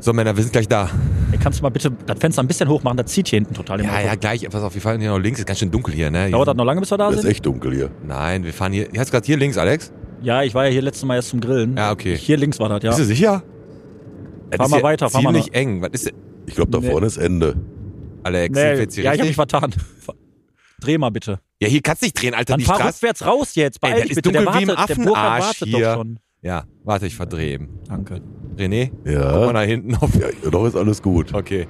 So, Männer, wir sind gleich da. Ey, kannst du mal bitte das Fenster ein bisschen hoch machen? Das zieht hier hinten total im Ja, Auto. ja, gleich. Pass auf, wir fahren hier noch links. Ist ganz schön dunkel hier, ne? Dauert das noch lange, bis wir da Das ist sind? echt dunkel hier. Nein, wir fahren hier. Hast du gerade hier links, Alex? Ja, ich war ja hier letztes Mal erst zum Grillen. Ja, okay. Hier links war das, ja. Bist du sicher? Das Fahr ist mal ja weiter, fahr mal Ziemlich nach- eng. Was ist denn? Ich glaube, da Nee. vorne ist Ende. Alex, sind wir Nee, jetzt hier ja, ich hab mich richtig? vertan. Dreh mal bitte. ja, hier kannst du nicht drehen, Alter. Dann die fahr Straße. rückwärts raus jetzt. Beeil Ey, dich das ist bitte. Der dunkel wie im wartet, der Burger Affenarsch wartet hier. doch schon. Ja, warte, ich verdrehe eben. Danke. René, guck mal Ja. nach hinten auf. Ja, doch ist alles gut. Okay.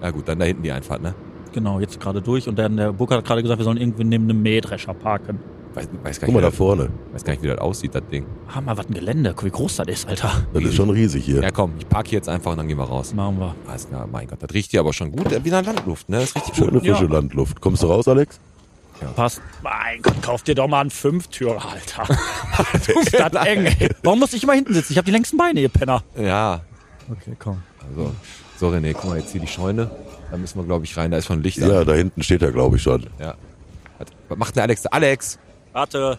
Na gut, dann da hinten die Einfahrt, ne? Genau, jetzt gerade durch. Und dann der Burger hat gerade gesagt, wir sollen irgendwie neben einem Mähdrescher parken. Weiß, weiß, gar Guck nicht, mal wie da das, vorne. weiß gar nicht, wie das aussieht, das Ding. Hammer, Ah, was ein Gelände. Guck, wie groß das ist, Alter. Das ist schon riesig hier. Ja, komm, ich parke hier jetzt einfach und dann gehen wir raus. Das machen wir. Alles klar, mein Gott, das riecht hier aber schon gut äh, wie nach Landluft, ne? Das ist richtig Schöne gut. frische Ja. Landluft. Kommst du raus, Alex? Passt. Mein Gott, kauf dir doch mal einen Fünftürer, Alter. ist das eng, ey. Warum muss ich immer hinten sitzen? Ich habe die längsten Beine, ihr Penner. Ja, Okay, komm. also. So, René, guck mal, jetzt hier die Scheune. Da müssen wir, glaube ich, rein. Da ist schon Licht Ja, da hinten steht er, glaube ich, schon. an. Ja. Was- Was macht denn der Alex? da? Alex! Warte.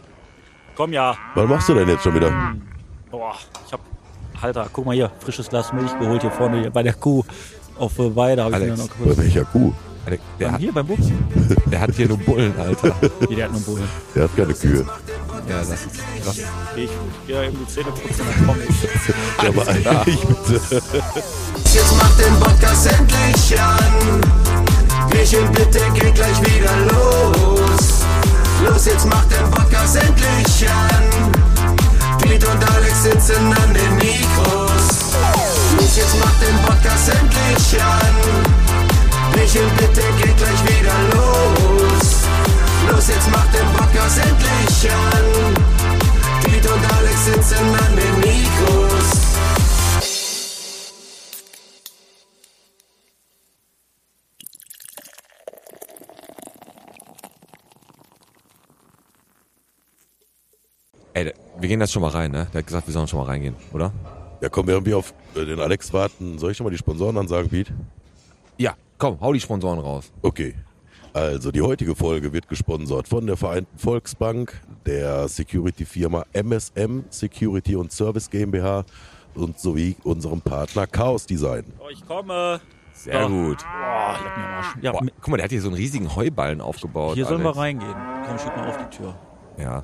Komm ja. Was machst du denn jetzt schon Hm. wieder? Boah, ich hab. Alter, guck mal hier. Frisches Glas Milch geholt hier vorne hier bei der Kuh. Auf der Weide habe ich mir Alex. noch Bei kurz. welcher Kuh? Alex der, hat, Hier beim Buchsen. der hat hier nur Bullen, Alter. Nee, der hat nur Bullen. Der hat keine Kühe. Ja, das ist krass. Ich gehe eben die Zähne putzen, dann komm ich. Ja, aber eigentlich bitte. Jetzt mach den Podcast endlich an. Gretchen, bitte geht gleich wieder los. Los, jetzt mach den Podcast endlich an. Pete und Alex sitzen an den Mikros. Los, jetzt mach den Podcast endlich an. Gretchen, bitte geht gleich wieder los. Los, jetzt mach den Podcast endlich an. Pete und Alex sitzen an den Mikros. Ey, wir gehen jetzt schon mal rein, ne? Der hat gesagt, wir sollen schon mal reingehen, oder? Ja, komm, während wir auf äh, den Alex warten, soll ich schon mal die Sponsoren ansagen, Piet? Ja, komm, hau die Sponsoren raus. Okay. Also, die heutige Folge wird gesponsert von der Vereinten Volksbank, der Security-Firma MSM Security und Service GmbH und sowie unserem Partner Chaos Design. Oh, ich komme. Sehr Ja. gut. Boah, leck mir am Arsch. Ja, Boah, guck mal, der hat hier so einen riesigen Heuballen aufgebaut. hier sollen Alex. wir reingehen. Komm, schieb mal auf die Tür. Ja.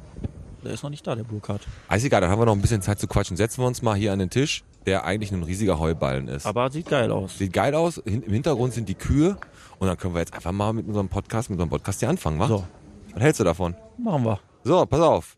Der ist noch nicht da, der Burkhardt. Alles egal, dann haben wir noch ein bisschen Zeit zu quatschen. Setzen wir uns mal hier an den Tisch, der eigentlich nur ein riesiger Heuballen ist. Aber sieht geil aus. Sieht geil aus, hin, im Hintergrund sind die Kühe und dann können wir jetzt einfach mal mit unserem Podcast, mit unserem Podcast hier anfangen, wa? So. Was hältst du davon? Machen wir. So, pass auf.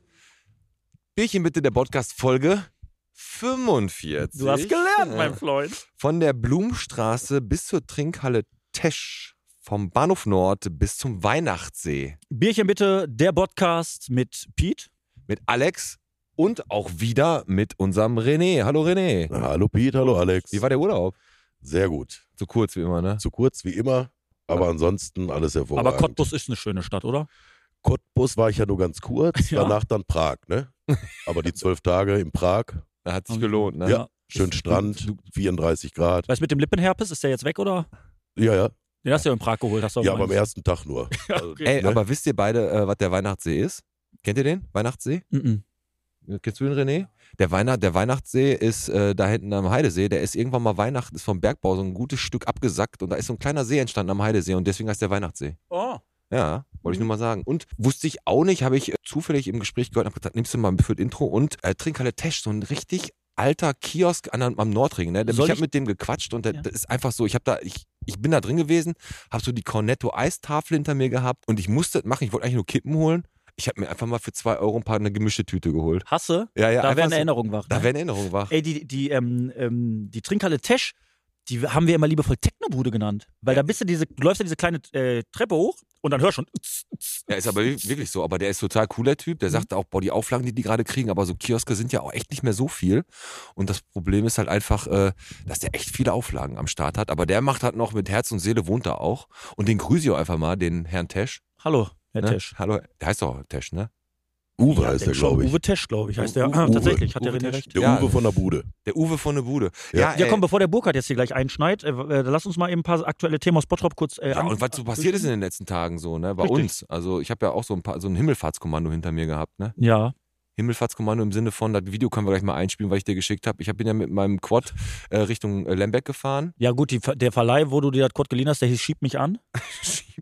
Bierchen bitte der Podcast-Folge 45. Du hast gelernt, mein Äh, Freund. Von der Blumstraße bis zur Trinkhalle Tesch, vom Bahnhof Nord bis zum Weihnachtssee. Bierchen bitte, der Podcast mit Pete. Mit Alex und auch wieder mit unserem René. Hallo René. Na, hallo Piet, hallo Alex. Wie war der Urlaub? Sehr gut. So kurz wie immer, ne? Zu kurz wie immer, aber ansonsten alles hervorragend. Aber Cottbus ist eine schöne Stadt, oder? Cottbus war ich ja nur ganz kurz, Ja. danach dann Prag, ne? Aber die zwölf Tage in Prag, Da hat sich gelohnt, ne? Ja. schön Strand, 34 Grad. Was mit dem Lippenherpes? Ist der jetzt weg, oder? Ja, ja. Den hast du ja in Prag geholt. Hast du Ja, auch aber am meins. ersten Tag nur. Also, okay. Ey, ne? aber wisst ihr beide, äh, was der Weihnachtssee ist? Kennt ihr den? Weihnachtssee? Äh, Mhm. Kennst du den, René? Der, Weihnacht, der Weihnachtssee ist äh, da hinten am Heidesee. Der ist irgendwann mal Weihnachten, ist vom Bergbau so ein gutes Stück abgesackt und da ist so ein kleiner See entstanden am Heidesee und deswegen heißt der Weihnachtssee. Oh. Ja, wollte ich Mhm. nur mal sagen. Und wusste ich auch nicht, habe ich äh, zufällig im Gespräch gehört, hab gesagt, nimmst du mal für das Intro und äh, Trinkhalle Tesch, so ein richtig alter Kiosk an, am Nordring. Ne? Soll ich habe ich- mit dem gequatscht und der, Ja. das ist einfach so, ich habe da, ich, ich bin da drin gewesen, habe so die Cornetto-Eistafel hinter mir gehabt und ich musste das machen, ich wollte eigentlich nur Kippen holen. Ich habe mir einfach mal für zwei Euro ein paar eine gemischte Tüte geholt. Hasse? Ja, ja, da einfach wäre eine so- Erinnerung wach. Da ne? wäre eine Erinnerung wach. Ey, die, die, ähm, ähm, die Trinkhalle Tesch, die haben wir immer liebevoll Technobude genannt. Weil da bist du diese, du läufst ja diese kleine äh, Treppe hoch und dann hörst du schon. tss, tss. Ja, ist aber wi- wirklich so. Aber der ist total cooler Typ. Mhm. Der sagt auch, boah, die Auflagen, die die gerade kriegen, aber so Kioske sind ja auch echt nicht mehr so viel. Und das Problem ist halt einfach, äh, dass der echt viele Auflagen am Start hat. Aber der macht halt noch mit Herz und Seele, wohnt da auch. Und den grüße ich auch einfach mal, den Herrn Tesch. Hallo, Herr ne? Tesch. Hallo, der heißt doch Tesch, ne? Uwe Ja, heißt der, denk schon. glaube ich. Uwe Tesch, glaube ich, heißt der. Uwe. Ah, tatsächlich, hat der Uwe René Tesch. recht. Der Ja. Uwe von der Bude. Der Uwe von der Bude. Ja. Ja, ey. komm, bevor der Burkhardt jetzt hier gleich einschneit, äh, äh, lass uns mal eben ein paar aktuelle Themen aus Bottrop kurz äh, Ja, an- und was so passiert ist in den letzten Tagen so, ne? Bei Richtig. uns. Also ich habe ja auch so ein paar, so ein Himmelfahrtskommando hinter mir gehabt, ne? Ja, Himmelfahrtskommando im Sinne von, das Video können wir gleich mal einspielen, weil ich dir geschickt habe. Ich hab- bin ja mit meinem Quad äh, Richtung äh, Lemberg gefahren. Ja, gut, die, Ver- der Verleih, wo du dir das Kurt geliehen hast, der hieß Schieb mich an.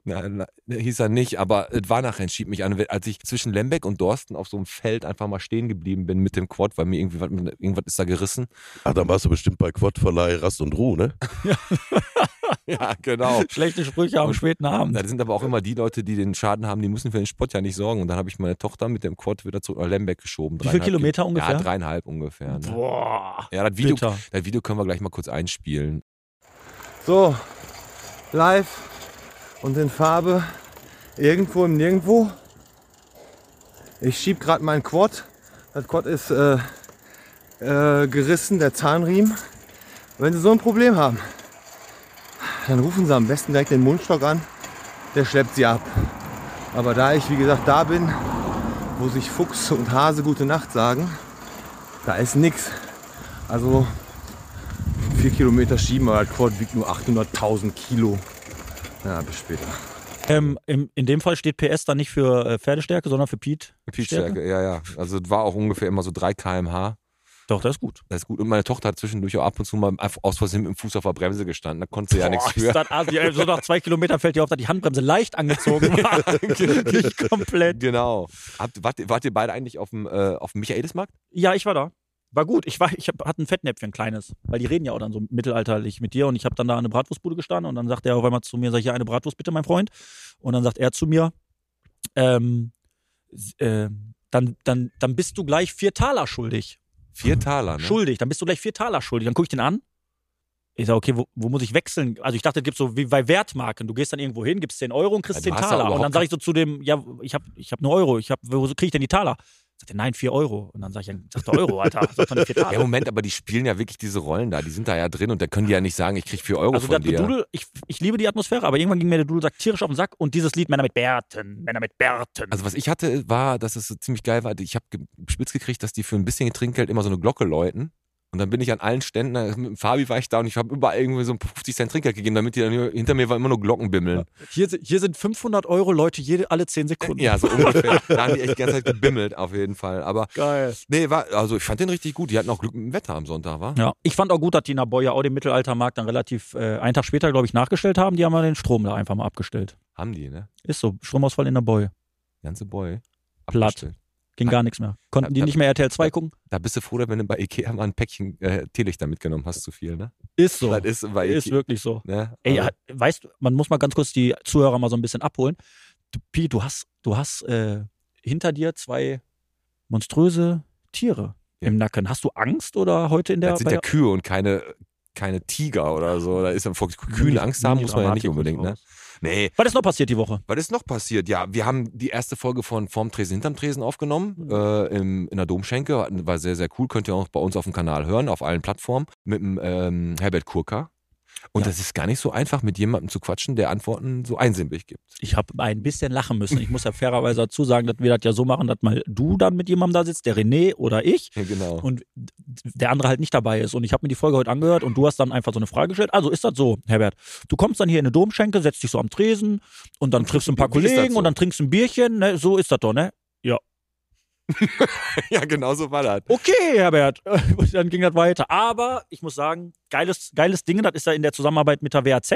Na, na, hieß er nicht, aber es war nachher, schieb mich an, als ich zwischen Lembeck und Dorsten auf so einem Feld einfach mal stehen geblieben bin mit dem Quad, weil mir irgendwie was, irgendwas ist da gerissen. Ach, dann warst du bestimmt bei Quadverleih Rast und Ruhe, ne? Ja, genau. Schlechte Sprüche am Und- späten Abend. Da sind aber auch immer die Leute, die den Schaden haben, die müssen für den Spott ja nicht sorgen. Und dann habe ich meine Tochter mit dem Quad wieder zurück nach Lembeck geschoben. Wie viele Dreieinhalb Kilometer Kil- ungefähr? Ja, dreieinhalb ungefähr. Ne? Boah. Ja, das Video, Bitter. das Video können wir gleich mal kurz einspielen. So, live und in Farbe. Irgendwo im Nirgendwo. Ich schieb gerade mein Quad. Das Quad ist äh, äh, gerissen, der Zahnriemen. Wenn Sie so ein Problem haben, dann rufen Sie am besten direkt den Mundstock an. Der schleppt Sie ab. Aber da ich, wie gesagt, da bin, wo sich Fuchs und Hase gute Nacht sagen, da ist nix. Also 4 Kilometer schieben, aber das Quad wiegt nur 800.000 Kilo. Ja, bis später. Ähm, im, in dem Fall steht PS dann nicht für äh, Pferdestärke, sondern für Piet. Piepstärke, ja, ja. Also es war auch ungefähr immer so 3 kmh. Doch, das ist gut. Das ist gut. Und meine Tochter hat zwischendurch auch ab und zu mal einfach aus Versehen mit dem Fuß auf der Bremse gestanden. Da konnte sie ja nichts ist für. das assi. Ey, So also nach zwei Kilometern fällt dir auf, dass die Handbremse leicht angezogen war. nicht komplett. Genau. Habt, wart, ihr- wart ihr beide eigentlich auf dem, äh, auf dem Michaelismarkt? Ja, ich war da. War gut. Ich, war, ich hab, hatte ein Fettnäpfchen, ein kleines. Weil die reden ja auch dann so mittelalterlich mit dir. Und ich habe dann da an eine Bratwurstbude gestanden. Und dann sagt er auf einmal zu mir, sag ich, ja, eine Bratwurst bitte, mein Freund. Und dann sagt er zu mir, ähm, s- ähm, dann, dann, dann bist du gleich vier Taler schuldig. Mhm. Vier Taler, ne? schuldig. Dann bist du gleich vier Taler schuldig. Dann gucke ich den an. Ich sage, okay, wo, wo muss ich wechseln? Also ich dachte, es gibt so wie bei Wertmarken. Du gehst dann irgendwo hin, gibst 10 Euro und kriegst Ja, du 10 hast ja Taler. Und dann überhaupt sage ich so zu dem, ja, ich habe ich hab nur Euro. Ich hab, wo kriege ich denn die Taler? Sagt er, nein, 4 Euro. Und dann sage ich, dann sagt er Euro, Alter. Sagt er nicht 4 Taler. Ja, Moment, aber die spielen ja wirklich diese Rollen da. Die sind da ja drin und da können die ja nicht sagen, ich krieg 4 Euro also das von dir. Gedudel, ich, ich liebe die Atmosphäre, aber irgendwann ging mir der Dudelsack tierisch auf den Sack und dieses Lied Männer mit Bärten, Männer mit Bärten. Also was ich hatte, war, dass es ziemlich geil war. Ich habe spitz gekriegt, dass die für ein bisschen Trinkgeld immer so eine Glocke läuten. Und dann bin ich an allen Ständen, da- mit dem Fabi war ich da und ich habe überall irgendwie so ein 50 Cent Trinkgeld gegeben, damit die dann hier- hinter mir war immer nur Glocken bimmeln. hier, si- hier sind 500 Euro Leute jede, alle 10 Sekunden. Ja, so ungefähr. da haben die echt die ganze Zeit gebimmelt, auf jeden Fall. Aber Geil. nee, war, also ich fand den richtig gut. Die hatten auch Glück mit dem Wetter am Sonntag, war? Ja, ich fand auch gut, dass die in der Boya auch den Mittelaltermarkt dann relativ äh, einen Tag später, glaube ich, nachgestellt haben. Die haben mal den Strom da einfach mal abgestellt. Haben die, ne? Ist so, Stromausfall in der Boya. Ganze Boy. Platt. abgestellt. Ging gar nichts mehr. Konnten die nicht mehr RTL 2 gucken? Da bist du froh, dass wenn du bei Ikea mal ein Päckchen äh, Teelichter mitgenommen hast, zu viel, ne? Ist so. Das ist bei Ist Ikea. wirklich so. Ne? Ey, Also- ja, weißt du, man muss mal ganz kurz die Zuhörer mal so ein bisschen abholen. Du, Pi, du hast, du hast äh, hinter dir zwei monströse Tiere Ja. im Nacken. Hast du Angst oder heute in der das sind bei ja der- Kühe und keine, keine Tiger oder so. Da ist ja vor Kühen Nimm die- Angst nimm haben, die muss man ja nicht Dramatik unbedingt, ne? raus. Nee. Was ist noch passiert die Woche? Was ist noch passiert? Ja, wir haben die erste Folge von Vorm Tresen, Hinterm Tresen aufgenommen, Mhm. äh, im, in der Domschenke. War- War sehr, sehr cool. Könnt ihr auch bei uns auf dem Kanal hören, auf allen Plattformen, mit dem ähm, Herbert Kurka. Und Ja. das ist gar nicht so einfach, mit jemandem zu quatschen, der Antworten so einsinnlich gibt. Ich habe ein bisschen lachen müssen. Ich muss ja fairerweise dazu sagen, dass wir das ja so machen, dass mal du dann mit jemandem da sitzt, der René oder ich, Ja, genau. und d- der andere halt nicht dabei ist. Und ich habe mir die Folge heute angehört und du hast dann einfach so eine Frage gestellt. Also ist das so, Herbert? Du kommst dann hier in eine Domschenke, setzt dich so am Tresen und dann triffst du ein paar Wie ist das Kollegen so? und dann trinkst du ein Bierchen. Ne? So ist das doch, ne? ja, genau so war das. Okay, Herbert. Und dann ging das weiter. Aber ich muss sagen, geiles, geiles Ding, das ist ja in der Zusammenarbeit mit der WAZ.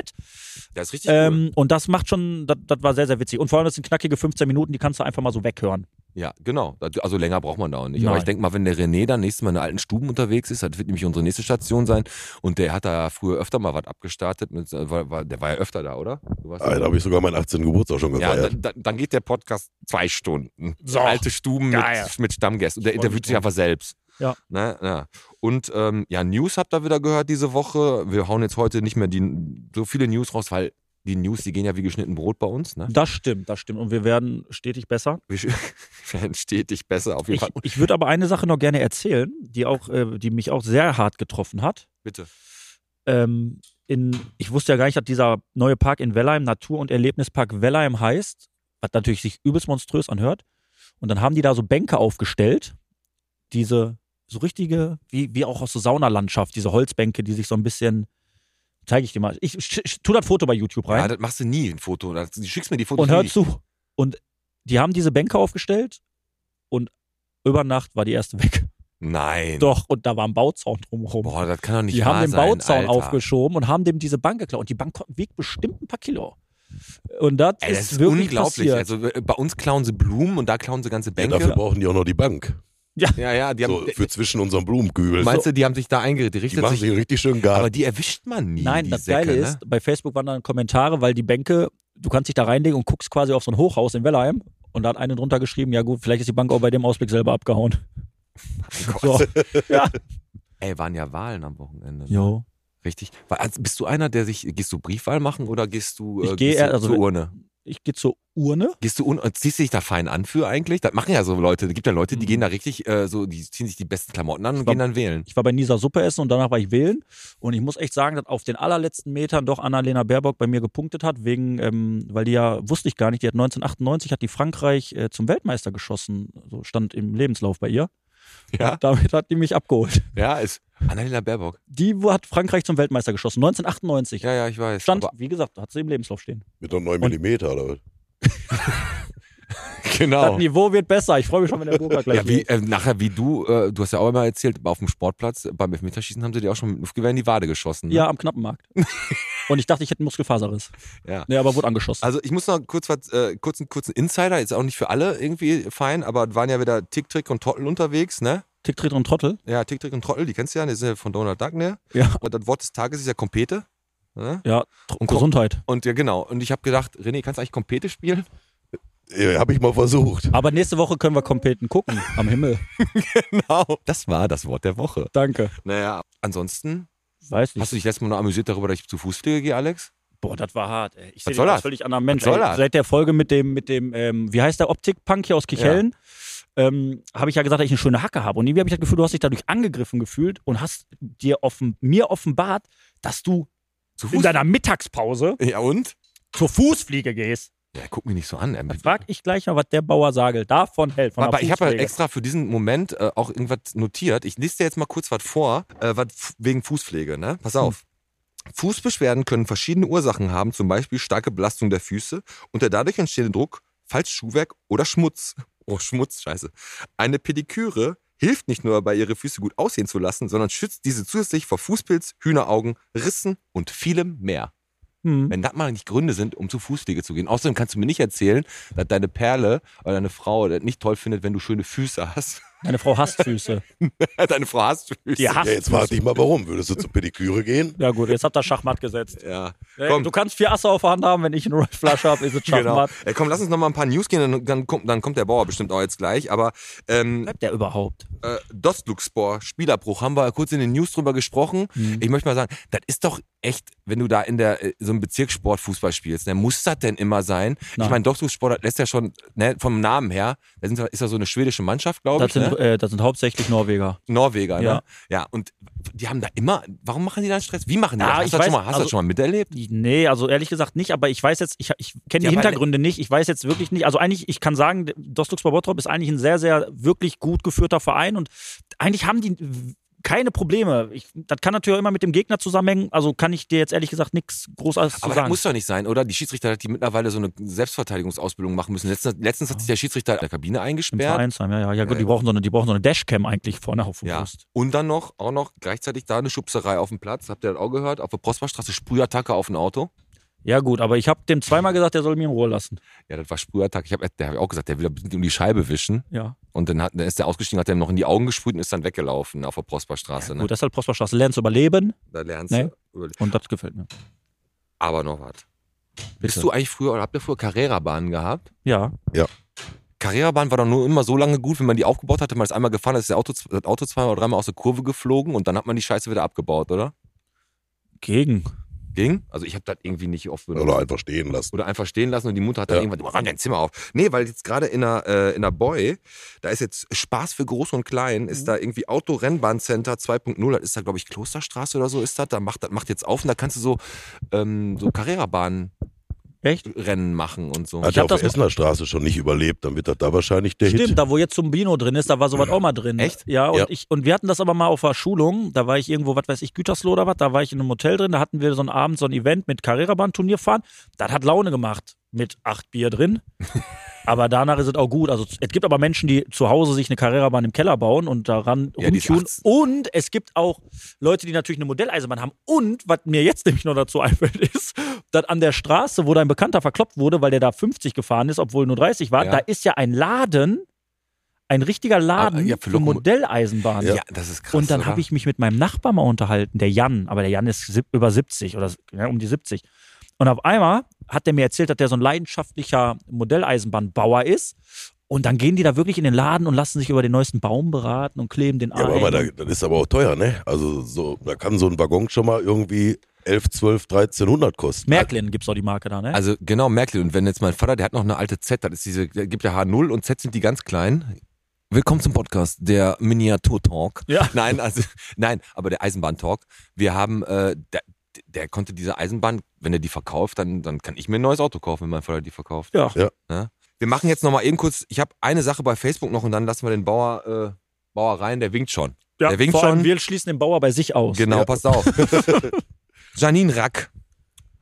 Das ist richtig cool. Ähm, und das macht schon, das, das war sehr, sehr witzig. Und vor allem, das sind knackige 15 Minuten, die kannst du einfach mal so weghören. Ja, genau. Also länger braucht man da auch nicht. Aber Nein. ich denke mal, wenn der René dann nächstes Mal in alten Stuben unterwegs ist, das wird nämlich unsere nächste Station sein. Und der hat da früher öfter mal was abgestartet. Mit, äh, war, war, der war ja öfter da, oder? Du warst Ah, da habe ich sogar meinen 18. Geburtstag schon ja, gefeiert. dann, dann- dann geht der Podcast zwei Stunden. So. Alte Stuben mit, Geil. mit Stammgästen. Und der Ich freu interviewt mich sich einfach selbst. Ja. Ne? ja. Und ähm, ja, News habt ihr wieder gehört diese Woche. Wir hauen jetzt heute nicht mehr die, so viele News raus, weil die News, die gehen ja wie geschnitten Brot bei uns. Ne? Das stimmt, das stimmt. Und wir werden stetig besser. Wir werden stetig besser auf jeden Ich, Fall. ich würde aber eine Sache noch gerne erzählen, die, auch, äh, die mich auch sehr hart getroffen hat. Bitte. Ähm, in, ich wusste ja gar nicht, dass dieser neue Park in Wellheim, Natur- und Erlebnispark Wellheim heißt, was natürlich sich übelst monströs anhört. Und dann haben die da so Bänke aufgestellt, diese so richtige, wie, wie auch aus der Saunalandschaft, diese Holzbänke, die sich so ein bisschen, zeige ich dir mal. Ich, ich, ich tu das Foto bei YouTube rein. Ja, das machst du nie, ein Foto. Das, du schickst mir die Fotos und hör nie. zu. Und die haben diese Bänke aufgestellt und Über Nacht war die erste weg. Nein. Doch, und da war ein Bauzaun drumherum. Boah, das kann doch nicht die wahr haben den sein, Bauzaun Alter. aufgeschoben und haben dem diese Bank geklaut. Und die Bank ko- wiegt bestimmt ein paar Kilo. Und das, Ey, das ist ist wirklich unglaublich. Passiert. Also äh, bei uns klauen sie Blumen und da klauen sie ganze Ja, Bänke. dafür brauchen die auch noch die Bank. ja, ja, die haben, So, für zwischen unserem Blumenkübel. meinst So, du, die haben sich da die eingerichtet? machen Sich, sich einen richtig schönen Garten. aber die erwischt man nie. Nein, die das Säcke, Geile ne? ist, bei Facebook waren dann Kommentare, weil die Bänke, du kannst dich da reinlegen und guckst quasi auf so ein Hochhaus in Wellheim. Und da hat eine drunter geschrieben, ja gut, vielleicht ist die Bank auch bei dem Ausblick selber abgehauen. So. ja. Ey, waren ja Wahlen am Wochenende. ne? Jo. Richtig. Weil, also Bist du einer, der sich, gehst du Briefwahl machen oder gehst du, Ich äh, geh gehst eher- du also zur wenn- Urne? Ich gehe zur Urne. Gehst du un und ziehst dich da fein an für eigentlich? Das machen ja so Leute. Es gibt ja Leute, die Mhm. gehen da richtig, äh, so, die ziehen sich die besten Klamotten an und glaub- gehen dann wählen. Ich war bei Nisa Suppe essen und danach war ich wählen. Und ich muss echt sagen, dass auf den allerletzten Metern doch Annalena Baerbock bei mir gepunktet hat, wegen, ähm, weil die ja, wusste ich gar nicht, die hat 1998 hat die Frankreich äh, zum Weltmeister geschossen. So stand im Lebenslauf bei ihr. Ja. Und damit hat die mich abgeholt. Ja, ist Annalena Baerbock. Die hat Frankreich zum Weltmeister geschossen, 1998. Ja, ja, ich weiß. Stand, Aber, wie gesagt, hat sie im Lebenslauf stehen. Mit einem 9 mm oder was? genau. Das Niveau wird besser. Ich freue mich schon, wenn der Burger gleich Ja, wie, geht. äh, nachher wie du, äh, du hast ja auch immer erzählt, auf dem Sportplatz äh, beim Elfmeterschießen haben sie dir auch schon mit dem Luftgewehr in die Wade geschossen. Ne? Ja, am knappen Markt. Und ich dachte, ich hätte einen Muskelfaserriss. ja. Nee, aber wurde angeschossen. Also ich muss noch kurz was, äh, kurzen, kurzen Insider, jetzt auch nicht für alle irgendwie fein, aber waren ja wieder Tick, Trick und Trottel unterwegs, ne? Tick, Tritt und Trottel. Ja, Tick, Trick und Trottel, die kennst du ja, die sind ja von Donald Duck, ne? Ja. Und das Wort des Tages ist ja Kompete. Ne? Ja, Tr- Und Gesundheit. Und ja, genau. Und ich habe gedacht, René, kannst du eigentlich Kompete spielen? Ja, Habe ich mal versucht. Aber nächste Woche können wir Kompeten gucken. Am Himmel. Genau. Das war das Wort der Woche. Danke. Naja, ansonsten, Weiß hast nicht. du dich letztes Mal noch amüsiert darüber, dass ich zu Fußpflege gehe, Alex? Boah, das war hart. Ey. Ich Was sehe soll dich als das? völlig anderer Mensch. Was soll ey. das? Seit der Folge mit dem, mit dem ähm, wie heißt der Optik-Punk hier aus Kichellen, ähm, habe ich ja gesagt, dass ich eine schöne Hacke habe. Und irgendwie habe ich das Gefühl, du hast dich dadurch angegriffen gefühlt und hast dir offen, mir offenbart, dass du Zu in deiner Mittagspause Ja und? zur Fußfliege gehst. Ja, guck mich nicht so an. Da Ähm, frag ich gleich mal, was der Bauer sagelt. Davon hält. Von Aber der ich habe ja Fußpflege. extra für diesen Moment äh, auch irgendwas notiert. Ich lese dir jetzt mal kurz was vor, äh, was f- wegen Fußpflege, ne? Pass auf. Fußbeschwerden können verschiedene Ursachen haben, zum Beispiel starke Belastung der Füße und der dadurch entstehende Druck, falls Schuhwerk oder Schmutz. Oh, Schmutz, scheiße. Eine Pediküre hilft nicht nur dabei, ihre Füße gut aussehen zu lassen, sondern schützt diese zusätzlich vor Fußpilz, Hühneraugen, Rissen und vielem mehr. Hm. Wenn das mal nicht Gründe sind, um zu Fußpflege zu gehen. Außerdem kannst du mir nicht erzählen, dass deine Perle oder deine Frau das nicht toll findet, wenn du schöne Füße hast. Meine Frau hasst Füße. deine Frau hast Füße. Die hasst Ja, jetzt Füße. warte ich mal, warum? Würdest du zur Pediküre gehen? Ja gut, jetzt habt ihr Schachmatt gesetzt. Ja, Ey, komm. Du kannst vier Asse auf der Hand haben, wenn ich eine Flasche habe, ist es Genau. Schachmatt. Ey, komm, lass uns noch mal ein paar News gehen, dann, dann, kommt, dann kommt der Bauer bestimmt auch jetzt gleich. Aber ähm, Bleibt der überhaupt? äh, Dostluxpor, Spielerbruch, haben wir kurz in den News drüber gesprochen. Mhm. Ich möchte mal sagen, das ist doch echt, wenn du da in der äh, so einem Bezirkssport Fußball spielst, ne, muss das denn immer sein? Ich Nein. meine, Dostluxpor, das lässt ja schon ne, vom Namen her, da sind, ist ja so eine schwedische Mannschaft, glaube Das ich. Ne? sind, äh, das sind hauptsächlich Norweger. Norweger, ne? Ja. Ja, und die haben da immer, warum machen die dann Stress? Wie machen die Ja, das? Hast, ich du das, schon weiß, mal, hast du also- das schon mal miterlebt? Nee, also ehrlich gesagt nicht, aber ich weiß jetzt, ich, ich kenne Ja, die weil- Hintergründe nicht. Ich weiß jetzt wirklich nicht. Also eigentlich, ich kann sagen, Dostux Bottrop ist eigentlich ein sehr, sehr wirklich gut geführter Verein und eigentlich haben die keine Probleme. Ich, das kann natürlich auch immer mit dem Gegner zusammenhängen. Also kann ich dir jetzt ehrlich gesagt nichts Großartiges zu Aber das sagen. muss doch nicht sein, oder? Die Schiedsrichter, dass die mittlerweile so eine Selbstverteidigungsausbildung machen müssen. Letztens, letztens hat sich der Schiedsrichter in der Kabine Im eingesperrt. Vereinsheim, ja, ja. Ja, gut, Ja, die ja. brauchen so eine, die brauchen so eine Dashcam eigentlich vorne auf dem Ja. Brust. Und dann noch, auch noch gleichzeitig da eine Schubserei auf dem Platz. Habt ihr das auch gehört? Auf der Prosperstraße Sprühattacke auf ein Auto. Ja, gut, aber ich habe dem zweimal gesagt, der soll mich in Ruhe lassen. Ja, das war Sprühattacke. Ich hab, der hab ich auch gesagt, der will um die Scheibe wischen. Ja. Und dann, hat, dann ist der ausgestiegen, hat er ihm noch in die Augen gesprüht und ist dann weggelaufen auf der Prosperstraße. ne? Gut, das ist halt Prosperstraße. Lernst überleben Da lernst Nee. du. und das gefällt mir. Aber noch was. Bist du eigentlich früher, oder habt ihr früher Carrera-Bahnen gehabt? Ja. Carrera-Bahn war doch nur immer so lange gut, wenn man die aufgebaut hatte, man ist einmal gefahren, ist das Auto, das Auto zweimal oder dreimal aus der Kurve geflogen und dann hat man die Scheiße wieder abgebaut, oder? Gegen. Ging? Also ich habe das irgendwie nicht oft benutzt. Oder einfach stehen lassen? Oder einfach stehen lassen und die Mutter hat dann Ja. irgendwann, "Oh, räum dein Zimmer auf. Nee, weil jetzt gerade in der, äh, in der Boy, da ist jetzt Spaß für Groß und Klein, Mhm. ist da irgendwie Autorennbahncenter 2.0, das ist da glaube ich Klosterstraße oder so ist das, da macht, das macht jetzt auf und da kannst du so, ähm, so Carrera-Bahn-Rennen Echt? machen und so. Hat Ich er hab auf das der Essener Straße schon nicht überlebt, dann wird das da wahrscheinlich der Stimmt, Hit. da wo jetzt Zumbino drin ist, da war sowas auch mal drin. Echt? Ja, und Ja. ich und wir hatten das aber mal auf der Schulung, da war ich irgendwo, was weiß ich, Gütersloh oder was, da war ich in einem Hotel drin, da hatten wir so einen Abend so ein Event mit Carrera-Bahn-Turnier fahren, das hat Laune gemacht. mit acht Bier drin. aber danach ist es auch gut. Also es gibt aber Menschen, die zu Hause sich eine Carrera-Bahn im Keller bauen und daran Ja, die ist rumtun. 18. Und es gibt auch Leute, die natürlich eine Modelleisenbahn haben. Und was mir jetzt nämlich noch dazu einfällt, ist, dass an der Straße, wo dein Bekannter verkloppt wurde, weil der da 50 gefahren ist, obwohl nur 30 war, Ja. da ist ja ein Laden, ein richtiger Laden Ah, ja, für für, Lokomo- Modelleisenbahnen. Ja, das ist krass. und dann oder? habe ich mich mit meinem Nachbar mal unterhalten, der Jan, aber der Jan ist sieb- über 70 oder ja, um die 70. Und auf einmal hat der mir erzählt, dass der so ein leidenschaftlicher Modelleisenbahnbauer ist. Und dann gehen die da wirklich in den Laden und lassen sich über den neuesten Baum beraten und kleben den Ja, ah, ein. aber da, das ist aber auch teuer, ne? Also so, da kann so ein Waggon schon mal irgendwie 11, 12, 1300 kosten. Märklin gibt es auch die Marke da, ne? Also genau, Merkel. Und wenn jetzt mein Vater, der hat noch eine alte Z, das ist diese, der gibt ja H0 und Z sind die ganz kleinen. Willkommen zum Podcast, der Miniatur-Talk. Ja. Nein, also, nein, aber der Eisenbahn-Talk. Wir haben, äh, der, der konnte diese Eisenbahn, wenn er die verkauft, dann, dann kann ich mir ein neues Auto kaufen, wenn mein Vater die verkauft. Ne? ja. Wir machen jetzt nochmal eben kurz, ich habe eine Sache bei Facebook noch und dann lassen wir den Bauer, äh, Bauer rein, der winkt schon. ja der winkt vor allem schon. wir schließen den Bauer bei sich aus. Genau, Ja. passt auf. Janine Rack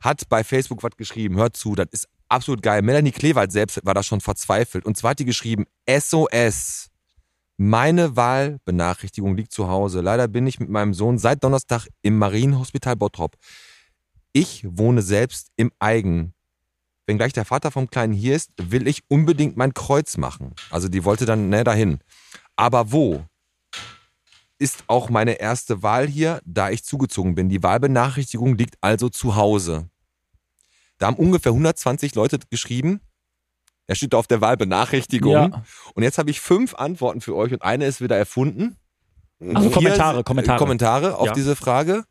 hat bei Facebook was geschrieben. Hört zu, das ist absolut geil. Melanie Klewald selbst war da schon verzweifelt. Und zwar hat die geschrieben, SOS. Meine Wahlbenachrichtigung liegt zu Hause. Leider bin ich mit meinem Sohn seit Donnerstag im Marienhospital Bottrop. Ich wohne selbst im Eigen. Wenngleich der Vater vom Kleinen hier ist, will ich unbedingt mein Kreuz machen. Also die wollte dann ne, dahin. Aber wo? ist auch meine erste Wahl hier, da ich zugezogen bin. Die Wahlbenachrichtigung liegt also zu Hause. Da haben ungefähr 120 Leute geschrieben. Er steht da auf der Wahlbenachrichtigung. Ja. Und jetzt habe ich fünf Antworten für euch und eine ist wieder erfunden. Also Vier Kommentare, sind- Kommentare. äh, Kommentare auf Ja. diese Frage.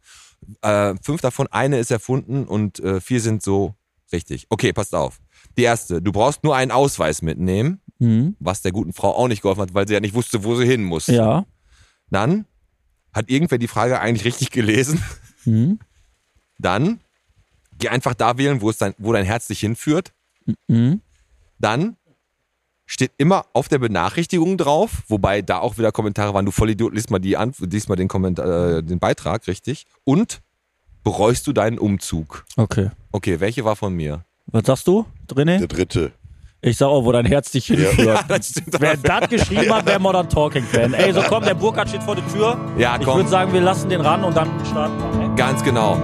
Äh, fünf davon, eine ist erfunden und äh, vier sind so richtig. Okay, passt auf. Die erste, du brauchst nur einen Ausweis mitnehmen, Mhm. was der guten Frau auch nicht geholfen hat, weil sie ja nicht wusste, wo sie hin muss. Ja. Dann hat irgendwer die Frage eigentlich richtig gelesen. Mhm. Dann geh einfach da wählen, wo, es dein, wo dein Herz dich hinführt. Mhm. Dann steht immer auf der Benachrichtigung drauf, wobei da auch wieder Kommentare waren, du Vollidiot, liest mal, die Anf liest mal den, Kommentar, äh, den Beitrag, richtig. Und bereust du deinen Umzug? Okay. Okay, welche war von mir? Was sagst du, René? Der dritte. Ich sag auch, wo dein Herz dich hinführt. Das stimmt. Wer das geschrieben hat, wäre Modern Talking Fan. Ey, so komm, der Burkhardt steht vor der Tür. Ja, Ich komm, würde sagen, wir lassen den ran und dann starten wir. ne? ey. ganz genau.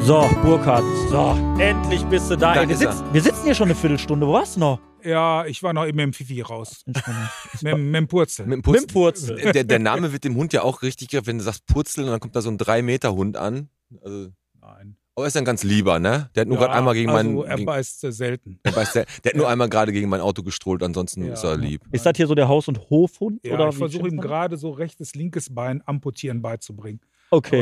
So, Burkhardt. So, endlich bist du da. Da ey, wir, ist er. sitzen, wir sitzen hier schon eine Viertelstunde. Wo warst du noch? Ja, ich war noch eben im Fifi raus. mit, dem- mit dem Purzel. Mit dem Purz- Mit dem Purzel. Der, der Name wird dem Hund ja auch richtig, gegriffen, wenn du sagst Purzel und dann kommt da so ein 3-Meter-Hund an. Also, Nein. Aber er ist ein ganz lieber, ne? Der hat nur ja, gerade einmal gegen also meinen. Er Gegen, beißt äh, selten. der, weiß, der, der hat nur einmal gerade gegen mein Auto gestrollt, ansonsten ist er lieb. Ist das hier so der Haus- und Hofhund? Ja, oder ich wie versuche schimpft ihm man? gerade so rechtes, linkes Bein amputieren beizubringen. Okay,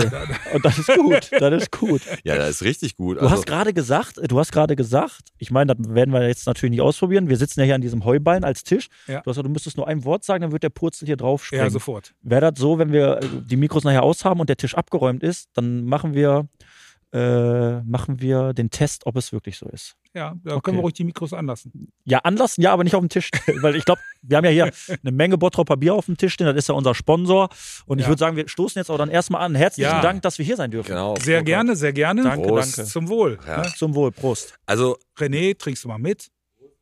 und das ist gut. Das ist gut. Ja, das ist richtig gut. Du also, hast gerade gesagt, äh, du hast gerade gesagt, ich meine, das werden wir jetzt natürlich nicht ausprobieren. Wir sitzen ja hier an diesem Heuballen als Tisch. Ja. Du hast gesagt, du müsstest nur ein Wort sagen, dann wird der Purzel hier drauf springen. Ja, also sofort. Wäre das so, wenn wir äh, die Mikros nachher aus haben und der Tisch abgeräumt ist, dann machen wir, äh, machen wir den Test, ob es wirklich so ist. Ja, da Okay. können wir ruhig die Mikros anlassen. Ja, anlassen, ja, aber nicht auf dem Tisch. Weil ich glaube, wir haben ja hier eine Menge Bottroper Bier auf dem Tisch stehen. Das ist ja unser Sponsor. Und ich Ja. würde sagen, wir stoßen jetzt auch dann erstmal an. Herzlichen Ja. Dank, dass wir hier sein dürfen. Genau. Sehr gerne, sehr gerne. Danke, Prost. danke. Zum Wohl. Ja. Ne? Zum Wohl, Prost. Also, René, trinkst du mal mit?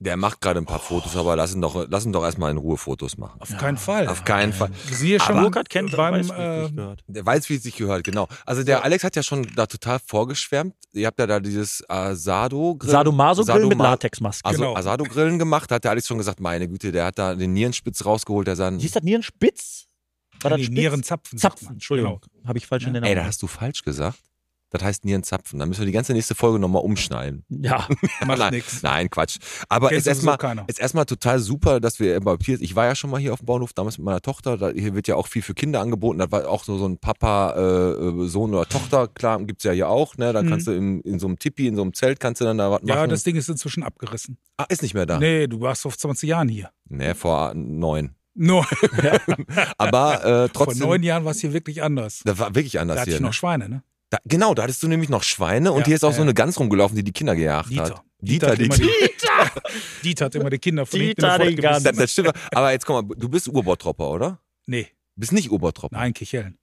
der macht gerade ein paar Fotos, aber lass ihn doch, lass ihn doch erstmal in Ruhe Fotos machen. Auf keinen Fall. Auf keinen Fall. Siehe schon Burkhard kennt beim, weiß nicht, äh, nicht ne? gehört. Der weiß, wie es sich gehört, genau. Also der Alex hat ja schon da total vorgeschwärmt. Ihr habt ja da dieses äh, Sado Grill. Sadomaso Grill mit Sadoma- Latexmaske. Also Genau. Asado Grillen gemacht, da hat der Alex schon gesagt, meine Güte, der hat da den Nierenspitz rausgeholt, der sagt, Hieß das Nierenspitz? War das nee, Spitz? Nierenzapfen. sagt Zapfen, man. Entschuldigung. genau. Habe ich falsch in den ey, da hast du falsch gesagt. Das heißt Nierenzapfen. Dann müssen wir die ganze nächste Folge nochmal umschneiden. Ja, Genau. Macht Nein, nichts. Nein, Quatsch. Aber Kennt ist erstmal sowieso keiner. ist erstmal total super, dass wir überhaupt hier Ich war ja schon mal hier auf dem Bauernhof damals mit meiner Tochter. Da, hier wird ja auch viel für Kinder angeboten. Da war auch so, so ein Papa, äh, äh, Sohn oder Tochter, klar, gibt's ja hier auch. Ne? Dann Mhm. kannst du in, in so einem Tipi, in so einem Zelt kannst du dann da was Ja, machen. das Ding ist inzwischen abgerissen. ah, ist nicht mehr da. Nee, Nee, du warst vor 20 Jahren hier. vor neun. Nur Aber äh, vor trotzdem. neun Jahren war es hier wirklich anders. da war wirklich anders Da hatte hier. ich ne? noch Schweine, ne? Da, genau, da hattest du nämlich noch Schweine und Ja, hier ist auch so ja. eine Gans rumgelaufen, die die Kinder gejagt hat. Dieter. Dieter, die, hat immer die, Dieter hat immer die Kinder von Dieter, hinten den das, den das stimmt. Aber jetzt komm mal, du bist Urbottropper, oder? Nee, Bist nicht Obertropfen. Nein, Kicheln.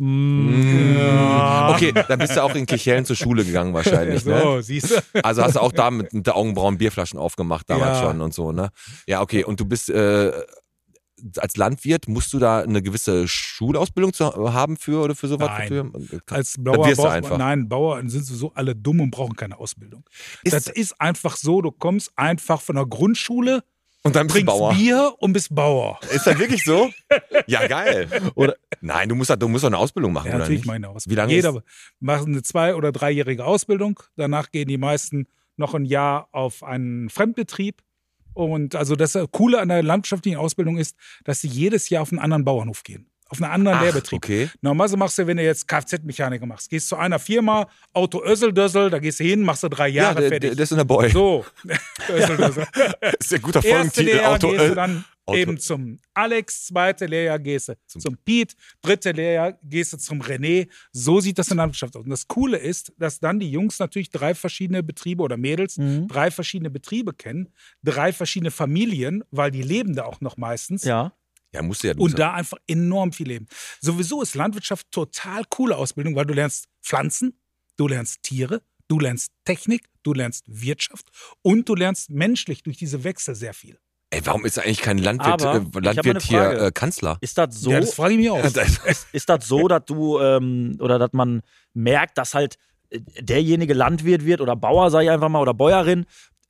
Okay, dann bist du auch in Kichellen zur Schule gegangen wahrscheinlich, Mm. so, ne? siehst du. Also hast du auch da mit, mit der Augenbrauen Bierflaschen aufgemacht damals Ja. schon und so, ne? Ja, okay. Und du bist äh, als Landwirt musst du da eine gewisse Schulausbildung zu haben für oder für sowas? Nein. Für- äh, Als Bauer wirst du braucht einfach. Man, nein, Bauer sind sowieso alle dumm und brauchen keine Ausbildung. Ist- das ist einfach so, du kommst einfach von der Grundschule, Und dann bist du trinkst Bauer. Bier und bist Bauer. Ist das wirklich so? Ja, geil. Oder, nein, du musst, doch- du musst doch eine Ausbildung machen, Ja, oder natürlich nicht? meine Ausbildung. Wie lange Jeder macht eine zwei- oder dreijährige Ausbildung. Danach gehen die meisten noch ein Jahr auf einen Fremdbetrieb. Und also das Coole an der landwirtschaftlichen Ausbildung ist, dass sie jedes Jahr auf einen anderen Bauernhof gehen. Auf einen anderen Ach, Lehrbetrieb. okay. Normalerweise machst du, wenn du jetzt Kfz-Mechaniker machst, gehst zu einer Firma, Auto Öseldösel, da gehst du hin, machst du drei Ja, Jahre der, der, fertig. der ist in der Boy. so, Öseldösel. Das ist ein guter Erste Folgentitel. Lehrjahr Auto, gehst du äh, dann Auto- eben zum Alex, zweite Lehrjahr gehst du Zum- zum, Piet, dritte Lehrjahr gehst du zum René. So sieht das in der Landwirtschaft aus. Und das Coole ist, dass dann die Jungs natürlich drei verschiedene Betriebe oder Mädels Mhm. drei verschiedene Betriebe kennen, drei verschiedene Familien, weil die leben da auch noch meistens. Ja. ja, musst du ja. Du Und da einfach enorm viel leben. Sowieso ist Landwirtschaft total coole Ausbildung, weil du lernst Pflanzen, du lernst Tiere, du lernst Technik, du lernst Wirtschaft und du lernst menschlich durch diese Wechsel sehr viel. ey, warum ist eigentlich kein Landwirt, Aber äh, ich hab mal eine Landwirt hier Frage. äh, Kanzler? Ist das so? Ja, das frage ich mich auch. Ist das so, dass du ähm, oder dass man merkt, dass halt äh, derjenige Landwirt wird oder Bauer, sage ich einfach mal, oder Bäuerin,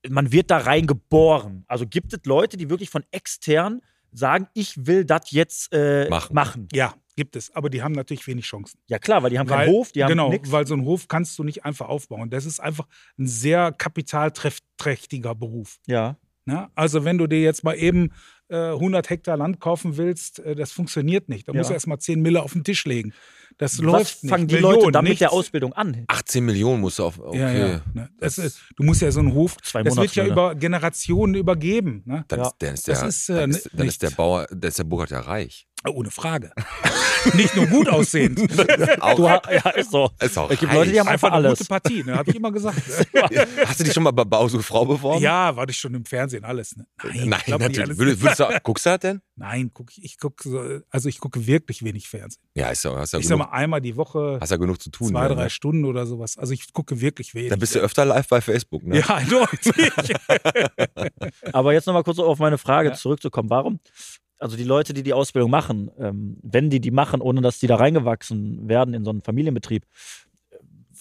man wird da rein geboren. Also gibt es Leute, die wirklich von extern sagen, ich will das jetzt äh, Machen. machen. Ja, gibt es. Aber die haben natürlich wenig Chancen. Ja klar, weil die haben keinen Hof, die haben genau, nichts. weil so einen Hof kannst du nicht einfach aufbauen. Das ist einfach ein sehr kapitalträchtiger Beruf. Ja. Ne? Also wenn du dir jetzt mal eben äh, 100 Hektar Land kaufen willst, äh, das funktioniert nicht. Da Ja. musst du erst mal 10 Mille auf den Tisch legen. Das Was läuft nicht. fangen die Millionen, Leute dann mit nichts. der Ausbildung an? 18 Millionen musst du auf. Okay. Ja, ja. Ne? Das Das- ist, du musst ja so einen Hof, Zwei das wird ja Monatslöhne. über Generationen übergeben. Ne? Dann, Ja. Ist, dann ist der, Das ist, äh, dann ist, dann ist nicht- der Bauer, dann ist der Burkhardt ja reich. Ohne Frage. nicht nur gut aussehend. Auch, Du, ha- ja, ist so. ist auch Es gibt reich. Leute, die haben Einfach einfach eine alles. gute Partie, ne? habe ich immer gesagt. Ne? Hast du dich schon mal bei Bausuch Frau beworben? Ja, war ich schon im Fernsehen, alles. Ne? Nein, Äh, Nein, glaub nicht natürlich. alles. Würdest, würdest du, guckst du das denn? Nein, guck, ich- ich gucke, also ich gucke wirklich wenig Fernsehen. Ja, ist ja, hast ja, Ich sag genug, mal einmal die Woche, Also hast ja genug zu tun. ja, zwei, drei ne? Stunden oder sowas. Also ich gucke wirklich wenig. Da bist du öfter live bei Facebook, ne? Ja, eindeutig. Aber jetzt nochmal kurz auf meine Frage Ja. zurückzukommen. Warum? Also die Leute, die die Ausbildung machen, ähm, wenn die die machen, ohne dass die da reingewachsen werden in so einen Familienbetrieb,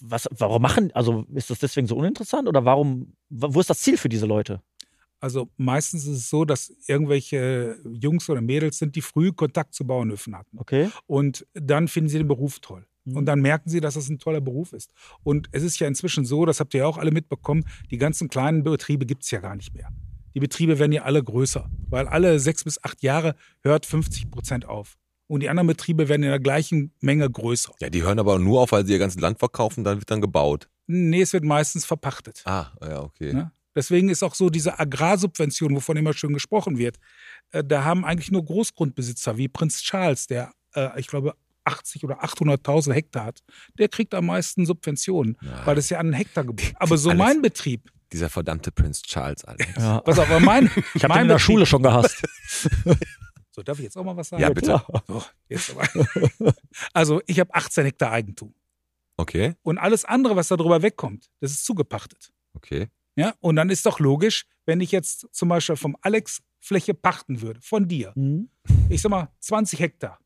was, warum machen, also ist das deswegen so uninteressant oder warum, wo ist das Ziel für diese Leute? Also meistens ist es so, dass irgendwelche Jungs oder Mädels sind, die früh Kontakt zu Bauernhöfen hatten. Okay. Und dann finden sie den Beruf toll. Und dann merken sie, dass das ein toller Beruf ist. Und es ist ja inzwischen so, das habt ihr ja auch alle mitbekommen, die ganzen kleinen Betriebe gibt es ja gar nicht mehr. Die Betriebe werden ja alle größer, weil alle sechs bis acht Jahre hört 50 Prozent auf. Und die anderen Betriebe werden in der gleichen Menge größer. Ja, die hören aber nur auf, weil sie ihr ganzes Land verkaufen, dann wird dann gebaut. Nee, es wird meistens verpachtet. Ah, ja, okay. Ne? Deswegen ist auch so diese Agrarsubvention, wovon immer schön gesprochen wird, äh, da haben eigentlich nur Großgrundbesitzer wie Prinz Charles, der, äh, ich glaube, 80 oder 800.000 Hektar hat, der kriegt am meisten Subventionen, Ja. weil das ja an einen Hektar gebucht. Aber so Alles- mein Betrieb, Dieser verdammte Prinz Charles, Alex. Ja. pass auf, aber mein, Ich habe mein den in der Betrieb- Schule schon gehasst. So, darf ich jetzt auch mal was sagen? Ja, bitte. Oh, jetzt aber. Also ich habe 18 Hektar Eigentum Okay, und alles andere, was da drüber wegkommt, das ist zugepachtet. okay. Ja, und dann ist doch logisch, wenn ich jetzt zum Beispiel vom Alex Fläche pachten würde, von dir, Mhm. ich sag mal, 20 Hektar.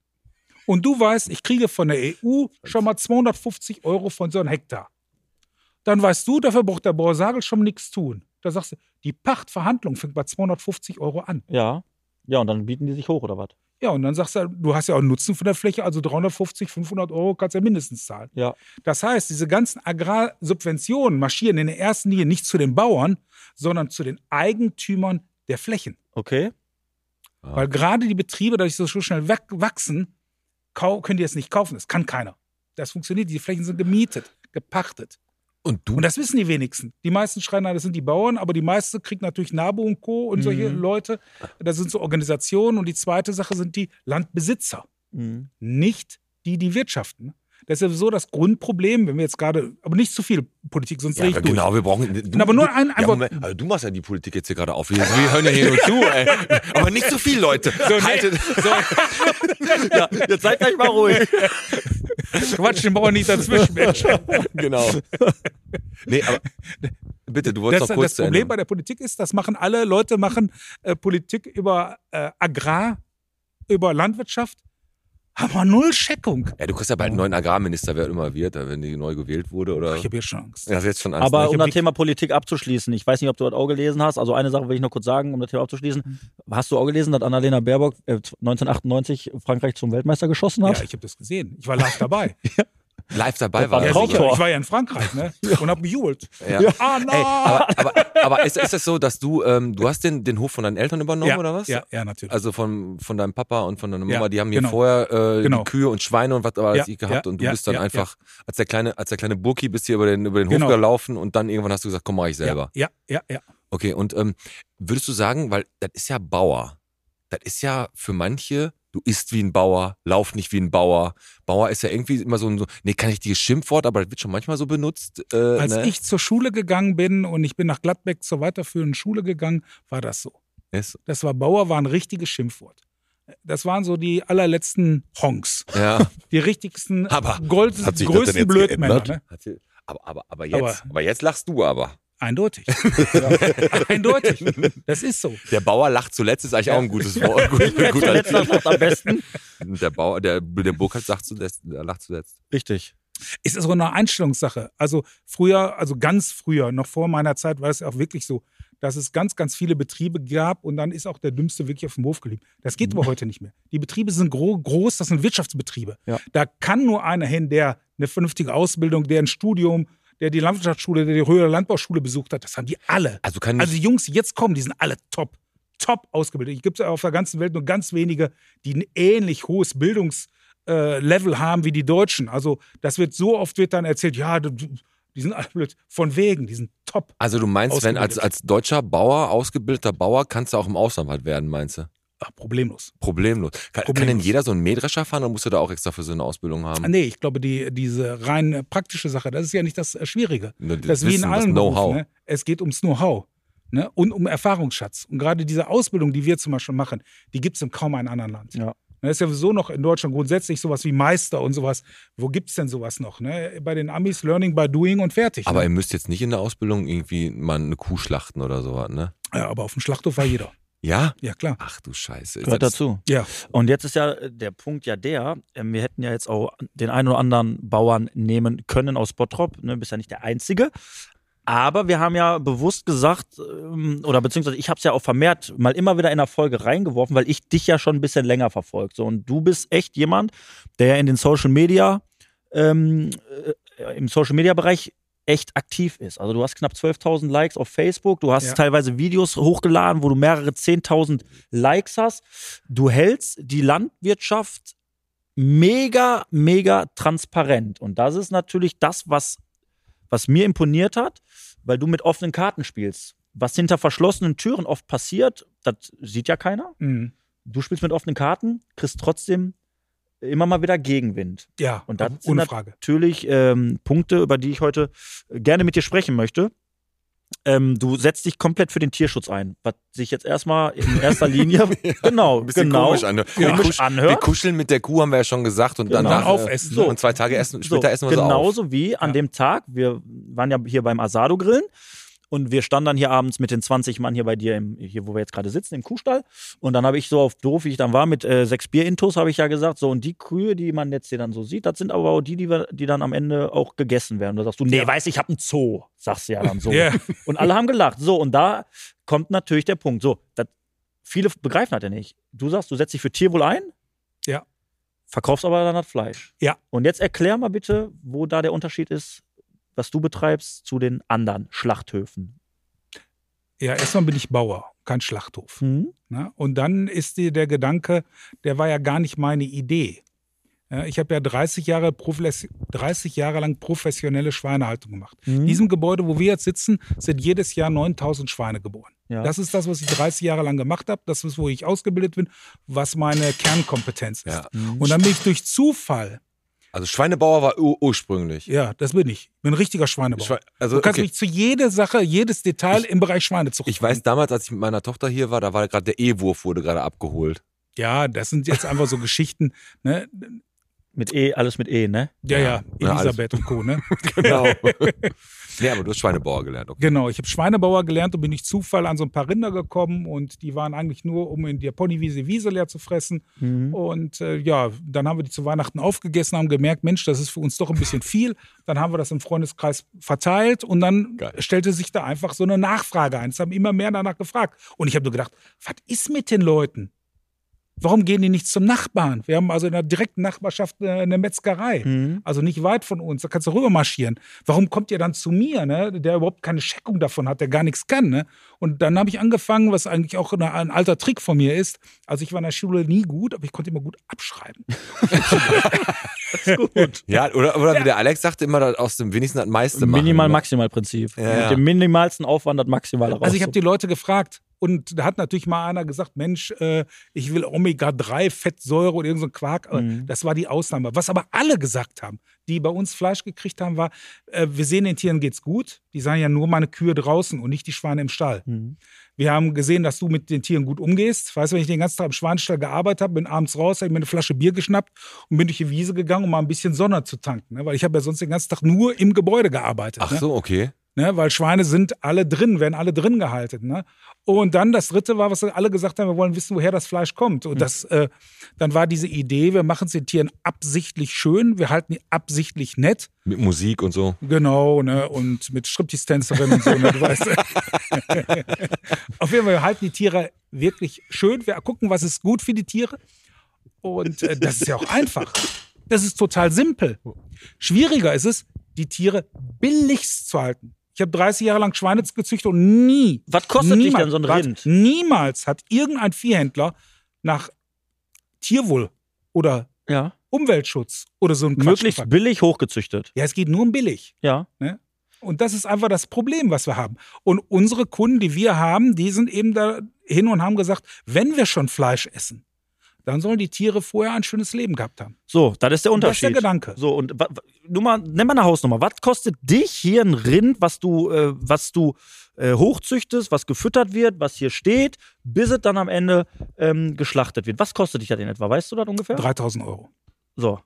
Und du weißt, ich kriege von der EU schon mal 250 Euro von so einem Hektar. Dann weißt du, dafür braucht der Bauer Sagel schon nichts tun. Da sagst du, die Pachtverhandlung fängt bei 250 Euro an. Ja. Ja, und dann bieten die sich hoch oder was? Ja, und dann sagst du, du hast ja auch einen Nutzen von der Fläche, also 350, 500 Euro kannst du ja mindestens zahlen. Ja. Das heißt, diese ganzen Agrarsubventionen marschieren in der ersten Linie nicht zu den Bauern, sondern zu den Eigentümern der Flächen. Okay. Ah. Weil gerade die Betriebe, dadurch so schnell wach- wachsen, kau- können die das nicht kaufen. Das kann keiner. Das funktioniert. Die Flächen sind gemietet, gepachtet. Und du? Und das wissen die wenigsten. Die meisten schreien, na, das sind die Bauern, aber die meisten kriegen natürlich NABU und Co. und solche Mhm. Leute. Das sind so Organisationen. Und die zweite Sache sind die Landbesitzer, Mhm. nicht die, die wirtschaften. Das ist ja so das Grundproblem, wenn wir jetzt gerade, aber nicht zu viel Politik, sonst Ja, drehe ich durch. genau, wir brauchen. du- aber nur du- ein- ein ja, Wort. Moment, also du machst ja die Politik jetzt hier gerade auf. Wir, wir hören ja hier nur zu, ey. Aber nicht so viel, Leute. nee. Haltet. Ja, jetzt seid gleich mal ruhig. Quatsch, den brauchen wir nicht dazwischen, Mensch. Genau. Nee, aber bitte, du wolltest Das, doch kurz das zu Problem Ende. bei der Politik ist, das machen alle Leute, machen äh, Politik über äh, Agrar, über Landwirtschaft, aber null Scheckung. Ja, du kriegst ja bald einen neuen Agrarminister, wer immer wird, wenn die neu gewählt wurde oder. Ich habe hier schon Angst. Ja, das ist jetzt schon Angst. Aber ne? um das Thema Politik abzuschließen, ich weiß nicht, ob du das auch gelesen hast. Also eine Sache will ich noch kurz sagen, um das Thema abzuschließen. Hast du auch gelesen, dass Annalena Baerbock äh, 1998 Frankreich zum Weltmeister geschossen hat? Ja, ich habe das gesehen. Ich war live dabei. live dabei Das war. war das ja, ein sicher. sicher. Traumtor. Ich war ja in Frankreich ne? und habe gejubelt. Ja. Ah, Ey, na. aber, aber, aber ist, ist es so, dass du, ähm, du hast den, den Hof von deinen Eltern übernommen ja, oder was? Ja, ja natürlich. Also von, von deinem Papa und von deiner Mama, Ja, die haben hier genau. vorher äh, Genau. die Kühe und Schweine und was alles Ja, ich gehabt ja, und du ja, bist dann ja, einfach, als der kleine, als der kleine Burki bist hier über den, über den Hof Genau. gelaufen und dann irgendwann hast du gesagt, komm, mach ich selber. Ja, ja, ja. ja. Okay, und ähm, würdest du sagen, weil das ist ja Bauer. Das ist ja für manche, du isst wie ein Bauer, lauf nicht wie ein Bauer. Bauer ist ja irgendwie immer so ein, so, nee, kein richtiges Schimpfwort, aber das wird schon manchmal so benutzt. Äh, Als ne? ich zur Schule gegangen bin und ich bin nach Gladbeck zur weiterführenden Schule gegangen, war das so. Ist, Das war Bauer, war ein richtiges Schimpfwort. Das waren so die allerletzten Honks. ja. Die richtigsten, Aber Gold, hat sich das denn größten jetzt Blödmänner. geändert? Ne? Hat sie- Aber, aber, aber jetzt, aber, Aber- jetzt lachst du aber. Eindeutig. Eindeutig. Das ist so. Der Bauer lacht zuletzt ist eigentlich auch ein gutes Wort. Gut, ein guter Letzter Wort am besten. Tipp. der Bauer, der, der Burkhardt sagt zuletzt, der lacht zuletzt. Richtig. Es ist so eine Einstellungssache. Also früher, also ganz früher, noch vor meiner Zeit, war es auch wirklich so, dass es ganz, ganz viele Betriebe gab und dann ist auch der Dümmste wirklich auf dem Hof geblieben. Das geht Mhm. aber heute nicht mehr. Die Betriebe sind gro groß, das sind Wirtschaftsbetriebe. Ja. Da kann nur einer hin, der eine vernünftige Ausbildung, der ein Studium, der die Landwirtschaftsschule, der die Röhrer Landbauschule besucht hat. Das haben die alle. Also kann Also die Jungs, die jetzt kommen, die sind alle top, top ausgebildet. Ich gibt es auf der ganzen Welt nur ganz wenige, die ein ähnlich hohes Bildungslevel äh, Level haben wie die Deutschen. Also das wird so oft wird dann erzählt, ja, du- du- die sind alle blöd. Von wegen, die sind top. also du meinst, wenn als, als Ausgebildet. deutscher Bauer, ausgebildeter Bauer, kannst du auch im Ausland halt werden, meinst du? Ach, problemlos. Problemlos. Kann, kann denn Problemlos. jeder so einen Mähdrescher fahren oder musst du da auch extra für so eine Ausbildung haben? Ah, Nee, ich glaube, die, diese rein äh, praktische Sache, das ist ja nicht das äh, Schwierige. Ne, das Das ist wie in Wissen, das allen Know-how. Berufen. Ne? Es geht ums Know-how ne? und um Erfahrungsschatz. Und gerade diese Ausbildung, die wir zum Beispiel machen, die gibt es in kaum einem anderen Land. Ja. Ne, Das ist ja sowieso noch in Deutschland grundsätzlich sowas wie Meister und sowas. Wo gibt es denn sowas noch? Ne? Bei den Amis Learning by Doing und fertig. Aber ne? ihr müsst jetzt nicht in der Ausbildung irgendwie mal eine Kuh schlachten oder sowas, ne? ja, aber auf dem Schlachthof war jeder. Ja? Ja, klar. Ach du Scheiße. Gehört Selbst- dazu. Ja. Und jetzt ist ja äh, der Punkt ja der, ähm, wir hätten ja jetzt auch den einen oder anderen Bauern nehmen können aus Bottrop, ne, bist ja nicht der Einzige. Aber wir haben ja bewusst gesagt, ähm, oder beziehungsweise ich habe es ja auch vermehrt mal immer wieder in der Folge reingeworfen, weil ich dich ja schon ein bisschen länger verfolgt. So, und du bist echt jemand, der ja in den Social Media, ähm, äh, im Social Media Bereich echt aktiv ist. Also du hast knapp 12.000 Likes auf Facebook, du hast Ja. teilweise Videos hochgeladen, wo du mehrere 10.000 Likes hast. Du hältst die Landwirtschaft mega, mega transparent. Und das ist natürlich das, was, was mir imponiert hat, weil du mit offenen Karten spielst. Was hinter verschlossenen Türen oft passiert, das sieht ja keiner. Mhm. Du spielst mit offenen Karten, kriegst trotzdem immer mal wieder Gegenwind. Ja, Und das aber sind ohne nat- Frage. natürlich ähm, Punkte, über die ich heute gerne mit dir sprechen möchte. Ähm, du setzt dich komplett für den Tierschutz ein, was sich jetzt erstmal in erster Linie genau, Bisschen genau komisch anhört. komisch Wir kusch- Wir anhört. kuscheln mit der Kuh, haben wir ja schon gesagt. Und Genau. danach Und aufessen, So. ne? Und zwei Tage essen, später essen wir sie auf. genauso wie an Ja. dem Tag, wir waren ja hier beim Asado grillen und wir standen dann hier abends mit den 20 Mann hier bei dir, im, hier wo wir jetzt gerade sitzen, im Kuhstall und dann habe ich so auf doof, wie ich dann war, mit äh, sechs Bier-Intos habe ich ja gesagt, so und die Kühe, die man jetzt hier dann so sieht, das sind aber auch die, die, wir, die dann am Ende auch gegessen werden. Da sagst du, nee, weiß ich, habe einen Zoo, sagst du ja dann so. Ja. Und alle haben gelacht. So, und da kommt natürlich der Punkt. So, das, viele begreifen das ja nicht. Du sagst, du setzt dich für Tierwohl ein. Ja. Verkaufst aber dann das Fleisch. Ja. Und jetzt erklär mal bitte, wo da der Unterschied ist, was du betreibst zu den anderen Schlachthöfen. Ja, erstmal bin ich Bauer, kein Schlachthof. Hm? Ne? Und dann ist dir der Gedanke, der war ja gar nicht meine Idee. Ja, Ich habe ja 30 Jahre, profles- 30 Jahre lang professionelle Schweinehaltung gemacht. Mhm. In diesem Gebäude, wo wir jetzt sitzen, sind jedes Jahr 9000 Schweine geboren. Ja. Das ist das, was ich 30 Jahre lang gemacht habe. Das ist, wo ich ausgebildet bin, was meine Kernkompetenz ist. Mhm. Ja. Und dann bin ich durch Zufall Also Schweinebauer war ur ursprünglich. Ja, das bin ich. Bin ein richtiger Schweinebauer. Schwe- also, du kannst okay. mich zu jeder Sache, jedes Detail im Bereich Schweinezucht. Ich weiß, damals, als ich mit meiner Tochter hier war, da war gerade der E-Wurf wurde gerade abgeholt. Ja, das sind jetzt einfach so Geschichten. Ne? Mit E, alles mit E, ne? Ja, ja, Ja, alles- Elisabeth und Co. Ne? Genau. nee, aber du hast Schweinebauer gelernt. Okay. Genau, ich habe Schweinebauer gelernt und bin durch Zufall an so ein paar Rinder gekommen und die waren eigentlich nur, um in der Ponywiese Wiese leer zu fressen. Und äh, ja, dann haben wir die zu Weihnachten aufgegessen, haben gemerkt, Mensch, das ist für uns doch ein bisschen viel. Dann haben wir das im Freundeskreis verteilt und dann Geil. stellte sich da einfach so eine Nachfrage ein. Es haben immer mehr danach gefragt. Und ich habe nur gedacht, was ist mit den Leuten? Warum gehen die nicht zum Nachbarn? Wir haben also in der direkten Nachbarschaft äh, eine Metzgerei. Also nicht weit von uns. Da kannst du rüber marschieren. Warum kommt ihr dann zu mir, ne? der überhaupt keine Scheckung davon hat, der gar nichts kann? Ne? Und dann habe ich angefangen, was eigentlich auch eine, ein alter Trick von mir ist. Also ich war in der Schule nie gut, aber ich konnte immer gut abschreiben. Ja, oder, oder wie der Alex sagte immer, dass aus dem wenigsten das meiste machen. ne? Minimal-Maximal-Prinzip. Ja, ja. Mit dem minimalsten Aufwand das Maximale raus. Also ich habe die Leute gefragt und da hat natürlich mal einer gesagt, Mensch, äh, ich will Omega-3-Fettsäure oder irgendeinen so einen Quark. Aber Das war die Ausnahme. Was aber alle gesagt haben, die bei uns Fleisch gekriegt haben, war, äh, wir sehen den Tieren geht's gut. Die sahen ja nur meine Kühe draußen und nicht die Schweine im Stall. Mhm. Wir haben gesehen, dass du mit den Tieren gut umgehst. Weißt du, wenn ich den ganzen Tag im Schweinstall gearbeitet habe, bin abends raus, habe ich mir eine Flasche Bier geschnappt und bin durch die Wiese gegangen, um mal ein bisschen Sonne zu tanken. Ne? Weil ich habe ja sonst den ganzen Tag nur im Gebäude gearbeitet. Ach ne? so, okay. Ne? Weil Schweine sind alle drin, werden alle drin gehalten. Ne? Und dann das dritte war, was alle gesagt haben, wir wollen wissen, woher das Fleisch kommt. Und das, äh, dann war diese Idee, wir machen es den Tieren absichtlich schön, wir halten die absichtlich nett. Mit Musik und so. Genau, ne? Und mit Striptease-Tänzerinnen und so, ne? du weißt. Auf jeden Fall, wir halten die Tiere wirklich schön. Wir gucken, was ist gut für die Tiere. Und äh, das ist ja auch einfach. Das ist total simpel. Schwieriger ist es, die Tiere billigst zu halten. Ich habe 30 Jahre lang Schweine gezüchtet und nie. Was kostet dich niemals- denn so ein warte, Rind? Niemals hat irgendein Viehhändler nach Tierwohl oder ja. Umweltschutz oder so ein Quatsch Möglichst gefragt. billig hochgezüchtet. Ja, es geht nur um billig. Ja. Und das ist einfach das Problem, was wir haben. Und unsere Kunden, die wir haben, die sind eben da hin und haben gesagt, wenn wir schon Fleisch essen, dann sollen die Tiere vorher ein schönes Leben gehabt haben. So, das ist der Und das ist Unterschied. der Gedanke. So, und wa- wa- nur mal, nimm mal eine Hausnummer. Was kostet dich hier ein Rind, was du, äh, was du äh, hochzüchtest, was gefüttert wird, was hier steht, bis es dann am Ende ähm, geschlachtet wird? Was kostet dich das in etwa? Weißt du das ungefähr? 3000 Euro. So.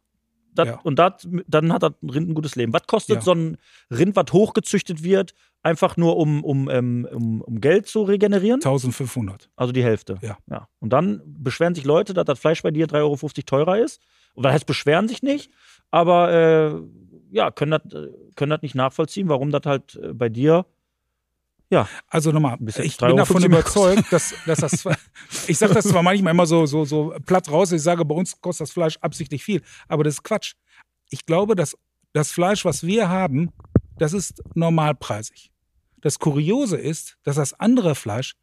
Das, Ja. Und dat, dann hat das Rind ein gutes Leben. Was kostet Ja. so ein Rind, was hochgezüchtet wird, einfach nur um, um, ähm, um, um Geld zu regenerieren? 1500. Also die Hälfte. Ja. ja. Und dann beschweren sich Leute, dass das Fleisch bei dir 3,50 Euro teurer ist. Und das heißt, beschweren sich nicht, aber äh, ja, können das äh, können das nicht nachvollziehen, warum das halt äh, bei dir. Also nochmal, Bis jetzt ich 3,50 bin davon Euro überzeugt, dass, dass das, ich sage das zwar manchmal immer so, so, so platt raus, ich sage, bei uns kostet das Fleisch absichtlich viel, aber das ist Quatsch. Ich glaube, dass das Fleisch, was wir haben, das ist normalpreisig. Das Kuriose ist, dass das andere Fleisch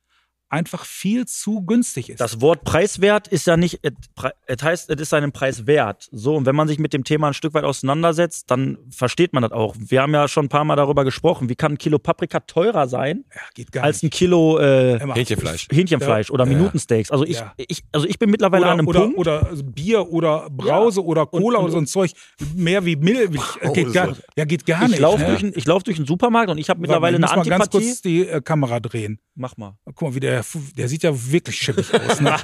einfach viel zu günstig ist. Das Wort preiswert ist ja nicht, es pre- es heißt, es ist seinen Preis wert. So, und wenn man sich mit dem Thema ein Stück weit auseinandersetzt, dann versteht man das auch. Wir haben ja schon ein paar Mal darüber gesprochen, wie kann ein Kilo Paprika teurer sein ja, geht gar als nicht. ein Kilo äh, Emma. Hähnchenfleisch. Hähnchenfleisch oder Ja. Minutensteaks. Also ich, Ja. ich, also ich bin mittlerweile an Oder, einem oder, Punkt. oder Bier oder Brause oder Cola und- oh, oder so ein Zeug. Mehr wie Milch. Geht gar, Brause. ja, geht gar ich nicht. laufe ne? durch, einen- ich lauf durch den Supermarkt und ich habe mittlerweile Warte, eine ich muss mal ganz Antipathie. kurz die äh, Kamera drehen. Mach mal. Guck mal, wie der, der sieht ja wirklich schimmig aus. Ne?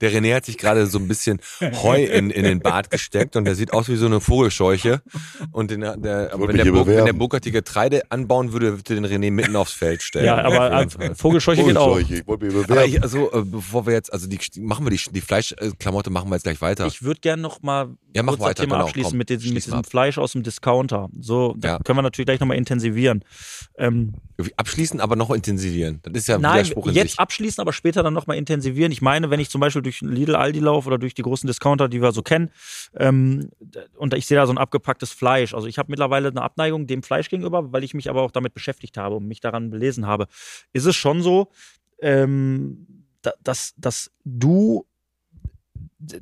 Der René hat sich gerade so ein bisschen Heu in, in den Bart gesteckt und der sieht aus wie so eine Vogelscheuche. Und den, der, aber wollte wenn, mich der hier Burg, wenn der bewerben. Burkhardt die Getreide anbauen würde, würde den René mitten aufs Feld stellen. Ja, aber Auf jeden äh, Fall. Vogelscheuche geht auch. Ich wollte mich aber bewerben. ich, also, äh, bevor wir jetzt, also die machen wir die, die Fleischklamotte machen wir jetzt gleich weiter. Ich würde gerne noch mal Ja, mach kurz das weiter, Thema genau, abschließen komm, mit, diesem- mit schließ mal diesem ab. Fleisch aus dem Discounter. So, da Ja. können wir natürlich gleich noch mal intensivieren. Ähm, Abschließen, aber noch intensivieren. Das ist ja ein nein, Widerspruch in jetzt sich. abschließen, aber später dann noch mal intensivieren. Ich meine, wenn ich zum Beispiel durch Lidl, Aldi laufe oder durch die großen Discounter, die wir so kennen, ähm, und ich sehe da so ein abgepacktes Fleisch. Also ich habe mittlerweile eine Abneigung dem Fleisch gegenüber, weil ich mich aber auch damit beschäftigt habe und mich daran belesen habe. Ist es schon so, ähm, da- dass, dass du d-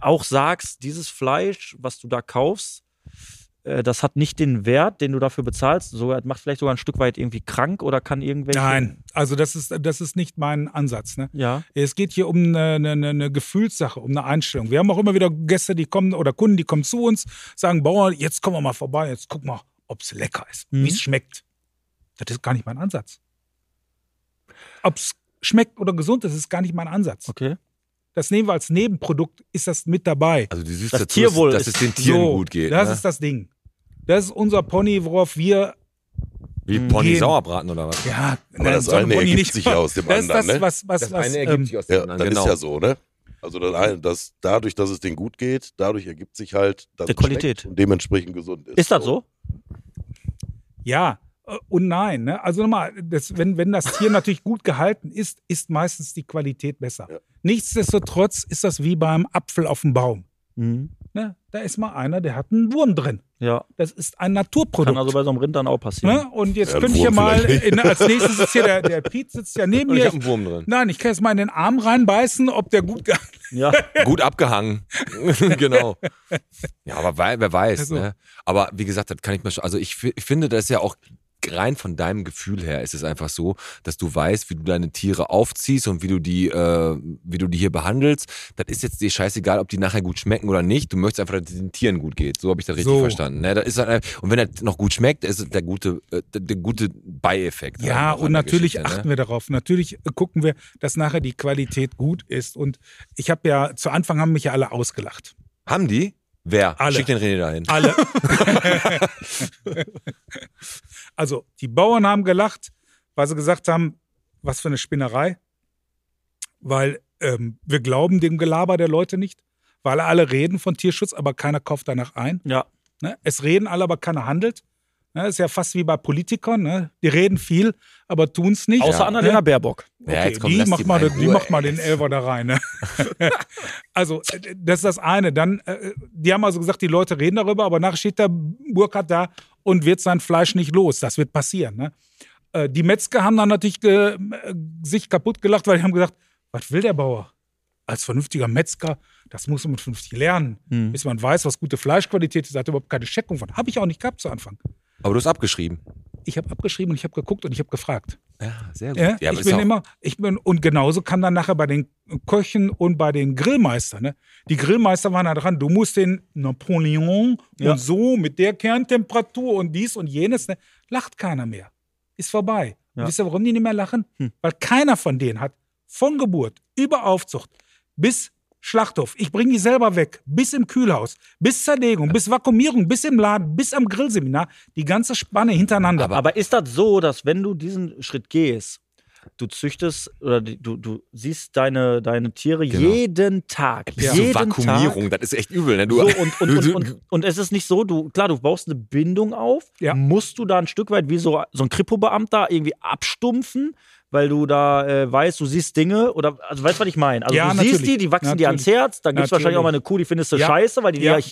auch sagst, dieses Fleisch, was du da kaufst, äh, äh, das hat nicht den Wert, den du dafür bezahlst. So, das macht vielleicht sogar ein Stück weit irgendwie krank oder kann irgendwelche. Nein, also das ist, das ist nicht mein Ansatz. Ne? Ja. Es geht hier um eine, eine, eine- eine Gefühlssache, um eine Einstellung. Wir haben auch immer wieder Gäste, die kommen oder Kunden, die kommen zu uns, sagen, Bauer, jetzt kommen wir mal vorbei, jetzt guck mal, ob es lecker ist, Mhm. wie es schmeckt. Das ist gar nicht mein Ansatz. Ob es schmeckt oder gesund ist, ist gar nicht mein Ansatz. Okay. Das nehmen wir als Nebenprodukt, ist das mit dabei. Also du siehst Das dazu, Tierwohl dass, dass ist- es den Tieren So, gut geht. Das ne? ist das Ding. Das ist unser Pony, worauf wir Wie Pony Gehen. Sauerbraten oder was? Ja, Aber das so ein eine Pony ergibt sich ja aus dem das anderen, Ist das, ne? was, was, was, ähm, aus Ja, das ist ja so, ne? Also das, eine- das, dadurch, dass es denen gut geht, dadurch ergibt sich halt, dass Die es schmeckt Qualität. und dementsprechend gesund ist. Ist das so? Ja äh, und nein. Ne? Also nochmal, das, wenn, wenn das Tier natürlich gut gehalten ist, ist meistens die Qualität besser. Ja. Nichtsdestotrotz ist das wie beim Apfel auf dem Baum. Mhm. Ne? Da ist mal einer, der hat einen Wurm drin. Ja. Das ist ein Kann Naturprodukt. also bei so einem Rind dann auch passieren. ne? Und jetzt Ja, ein könnte ich ja Wurm mal, vielleicht in, als nächstes ist hier der, der Piet sitzt ja neben Und ich mir. hab einen Wurm drin. Nein, ich kann jetzt mal in den Arm reinbeißen, ob der gut gehalten Ja. Gut abgehangen. genau. Ja, aber wei- wer weiß. Also. Ne? Aber wie gesagt, das kann ich mir schon. Also ich, fi- ich finde das ist ja auch rein von deinem Gefühl her ist es einfach so, dass du weißt, wie du deine Tiere aufziehst und wie du die, äh, wie du die hier behandelst. Das ist jetzt dir scheißegal, ob die nachher gut schmecken oder nicht. Du möchtest einfach, dass es den Tieren gut geht. So habe ich das richtig So. verstanden. Ne? Das ist halt, ein- und wenn das noch gut schmeckt, ist es der gute, äh, der, der gute Beieffekt. Ja, einfach an und der natürlich Geschichte, ne? achten wir darauf. Natürlich äh, gucken wir, dass nachher die Qualität gut ist. Und ich habe ja, zu Anfang haben mich ja alle ausgelacht. Haben die? Wer? Alle. Ah, Schick den René dahin. Alle. also, die Bauern haben gelacht, weil sie gesagt haben, was für eine Spinnerei. Weil ähm, wir glauben dem Gelaber der Leute nicht, weil alle reden von Tierschutz, aber keiner kauft danach ein. Ja. Ne? Es reden alle, aber keiner handelt. Ne? ist ja fast wie bei Politikern. Ne? Die reden viel, aber tun es nicht. Ne? Außer Ja. Annalena Baerbock. Ja, Okay, jetzt komm, die, lass macht die mal, mal in den- die Ruhe, macht mal ey. den Elfer da rein. Ne? also, äh, das ist das eine. Dann, äh, die haben also gesagt, die Leute reden darüber, aber nachher steht der Burkhardt da und wird sein Fleisch nicht los. Das wird passieren. Ne? Äh, die Metzger haben dann natürlich ge, äh, sich kaputt gelacht, weil die haben gesagt, was will der Bauer? Als vernünftiger Metzger, das muss man vernünftig lernen, Hm. Mhm. bis man weiß, was gute Fleischqualität ist. Da hat überhaupt keine Checkung von. Habe ich auch nicht gehabt zu Anfang. Aber du hast abgeschrieben. Ich habe abgeschrieben und ich habe geguckt und ich habe gefragt. Ja, sehr gut. Ja, aber ich ist bin auch- immer, ich bin, und genauso kam dann nachher bei den Köchen und bei den Grillmeistern. Ne? Die Grillmeister waren da dran, du musst den Napoleon Ja. und so mit der Kerntemperatur und dies und jenes. Ne? Lacht keiner mehr. Ist vorbei. Ja. Und wisst ihr, warum die nicht mehr lachen? Hm. Weil keiner von denen hat von Geburt über Aufzucht bis Schlachthof, ich bringe die selber weg, bis im Kühlhaus, bis Zerlegung, bis Vakuumierung, bis im Laden, bis am Grillseminar, die ganze Spanne hintereinander. Aber, ist das so, dass wenn du diesen Schritt gehst, du züchtest oder die- du, du siehst deine, deine Tiere Genau. jeden Tag. Bis zur jeden Tag. Vakuumierung, das ist echt übel. Ne? Du, So, und, und, du, und, du, und, und es ist nicht so, du, klar, du baust eine Bindung auf, Ja. musst du da ein Stück weit wie so, so ein Kripo-Beamter irgendwie abstumpfen, weil du da äh, weißt, du siehst Dinge oder, also weißt du, was ich meine? Also Ja, du siehst natürlich. die, die wachsen dir ans Natürlich. Herz, dann gibt es Natürlich. wahrscheinlich auch mal eine Kuh, die findest du Ja. scheiße, weil die, Ja. dir,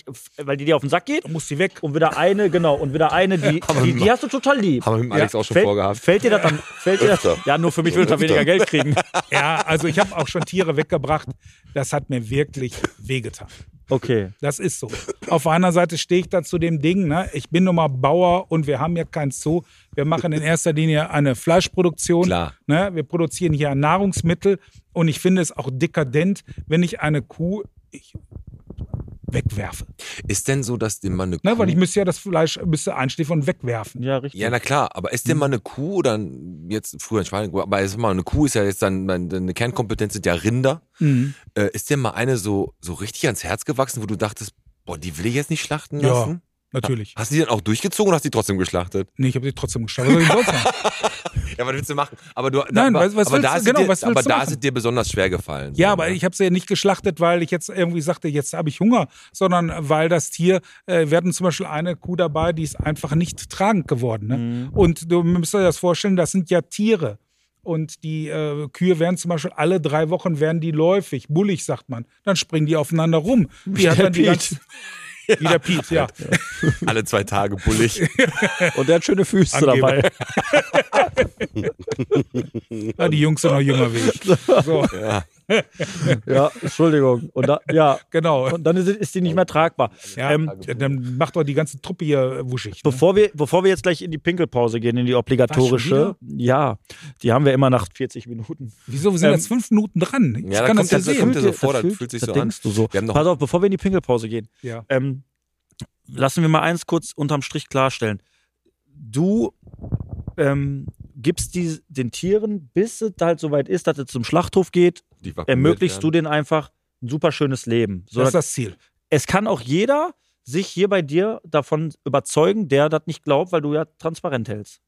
weil die dir auf den Sack geht Du musst sie weg. und wieder eine, genau, und wieder eine, die, die, die hast du total lieb. haben wir mit dem Alex auch schon Fällt- vorgehabt. Fällt dir das dann? Fällt dir das, Öfter. ja, nur für mich würde er Öfter. weniger Geld kriegen. Ja, also ich habe auch schon Tiere weggebracht. Das hat mir wirklich wehgetan. Okay. Das ist so. Auf einer Seite stehe ich da zu dem Ding. Ne? Ich bin nun mal Bauer und wir haben ja kein Zoo. Wir machen in erster Linie eine Fleischproduktion. Klar. Ne? Wir produzieren hier Nahrungsmittel und ich finde es auch dekadent, wenn ich eine Kuh ich wegwerfe. ist denn so, dass dem Mann eine Kuh. Ne? Weil ich müsste ja das Fleisch müsste einschläfern und wegwerfen. Ja, richtig. ja, na klar, aber ist Hm. denn mal eine Kuh oder ein- jetzt früher ein Schwein, aber ist mal eine Kuh ist ja jetzt dann dann- dann eine Kernkompetenz sind ja Rinder. Mhm. Äh, ist denn mal eine so so richtig ans Herz gewachsen, wo du dachtest, boah, die will ich jetzt nicht schlachten Ja. lassen? Natürlich. Hast du die dann auch durchgezogen oder hast du die trotzdem geschlachtet? Nee, ich habe sie trotzdem gestorben. Was soll ich sonst machen? Ja, was willst du machen? Aber du, Nein, aber, was- was aber willst da du- ist genau, dir, was willst aber du da machen? ist es dir besonders schwer gefallen. Ja, So, aber ne? ich habe sie ja nicht geschlachtet, weil ich jetzt irgendwie sagte, jetzt habe ich Hunger, sondern weil das Tier, äh, wir hatten zum Beispiel eine Kuh dabei, die ist einfach nicht tragend geworden. Ne? Und du müsst dir das vorstellen, das sind ja Tiere. Und die äh, Kühe werden zum Beispiel alle drei Wochen werden die läufig, bullig, sagt man. Dann springen die aufeinander rum. Die hat der dann die Piet. ganze- Wie der Piet, ja. alle zwei Tage bullig. Und der hat schöne Füße Angeber. dabei. ja. Die Jungs sind noch jünger wie ich. So. Ja. Ja, Entschuldigung. Und, da, ja, Genau. und dann ist, ist die nicht mehr tragbar. Ja, Ähm, ja, dann macht doch die ganze Truppe hier äh, wuschig. Ne? Bevor wir, bevor wir jetzt gleich in die Pinkelpause gehen, in die obligatorische, ja, die haben wir immer nach 40 Minuten. Wieso? Wir sind ähm, jetzt fünf Minuten dran. Ich da kann das kommt ja das- kommt sehen. dir so vor, das fühlt sich das so an. denkst du so. Wir haben noch- Pass auf, bevor wir in die Pinkelpause gehen, Ja. ähm, lassen wir mal eins kurz unterm Strich klarstellen. Du ähm, gibst die, den Tieren, bis es halt soweit ist, dass es zum Schlachthof geht, Die vakuumiert ermöglichst du werden. denen einfach ein super schönes Leben. So, Das ist dass- das Ziel. es kann auch jeder sich hier bei dir davon überzeugen, der das nicht glaubt, weil du ja transparent hältst.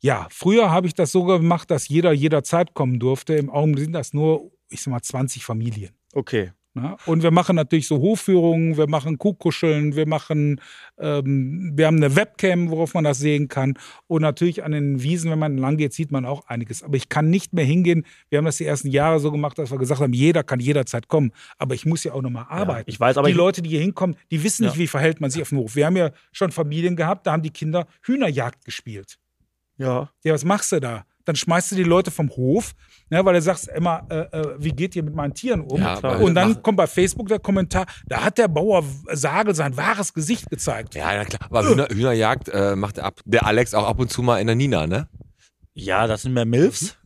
Ja, früher habe ich das so gemacht, dass jeder jederzeit kommen durfte. Im Augenblick sind das nur, ich sag mal, 20 Familien. Okay. Ne? Und wir machen natürlich so Hofführungen, wir machen Kuhkuscheln, wir machen, ähm, wir haben eine Webcam, worauf man das sehen kann. Und natürlich an den Wiesen, wenn man lang geht, sieht man auch einiges. Aber ich kann nicht mehr hingehen. Wir haben das die ersten Jahre so gemacht, dass wir gesagt haben, jeder kann jederzeit kommen. Aber ich muss ja auch nochmal arbeiten. ich weiß, aber die ich- Leute, die hier hinkommen, die wissen nicht, Ja. wie verhält man sich auf dem Hof. Wir haben ja schon Familien gehabt, da haben die Kinder Hühnerjagd gespielt. Ja. Ja, was machst du da? Dann schmeißt du die Leute vom Hof, ne, weil du sagst immer, äh, äh, wie geht ihr mit meinen Tieren um? Ja, aber- und dann mach- kommt bei Facebook der Kommentar, da hat der Bauer Sagel sein wahres Gesicht gezeigt. Ja, na klar. Aber Hühner, Hühnerjagd äh, macht ab, der Alex auch ab und zu mal in der Nina, ne? Ja, das sind mehr Milfs.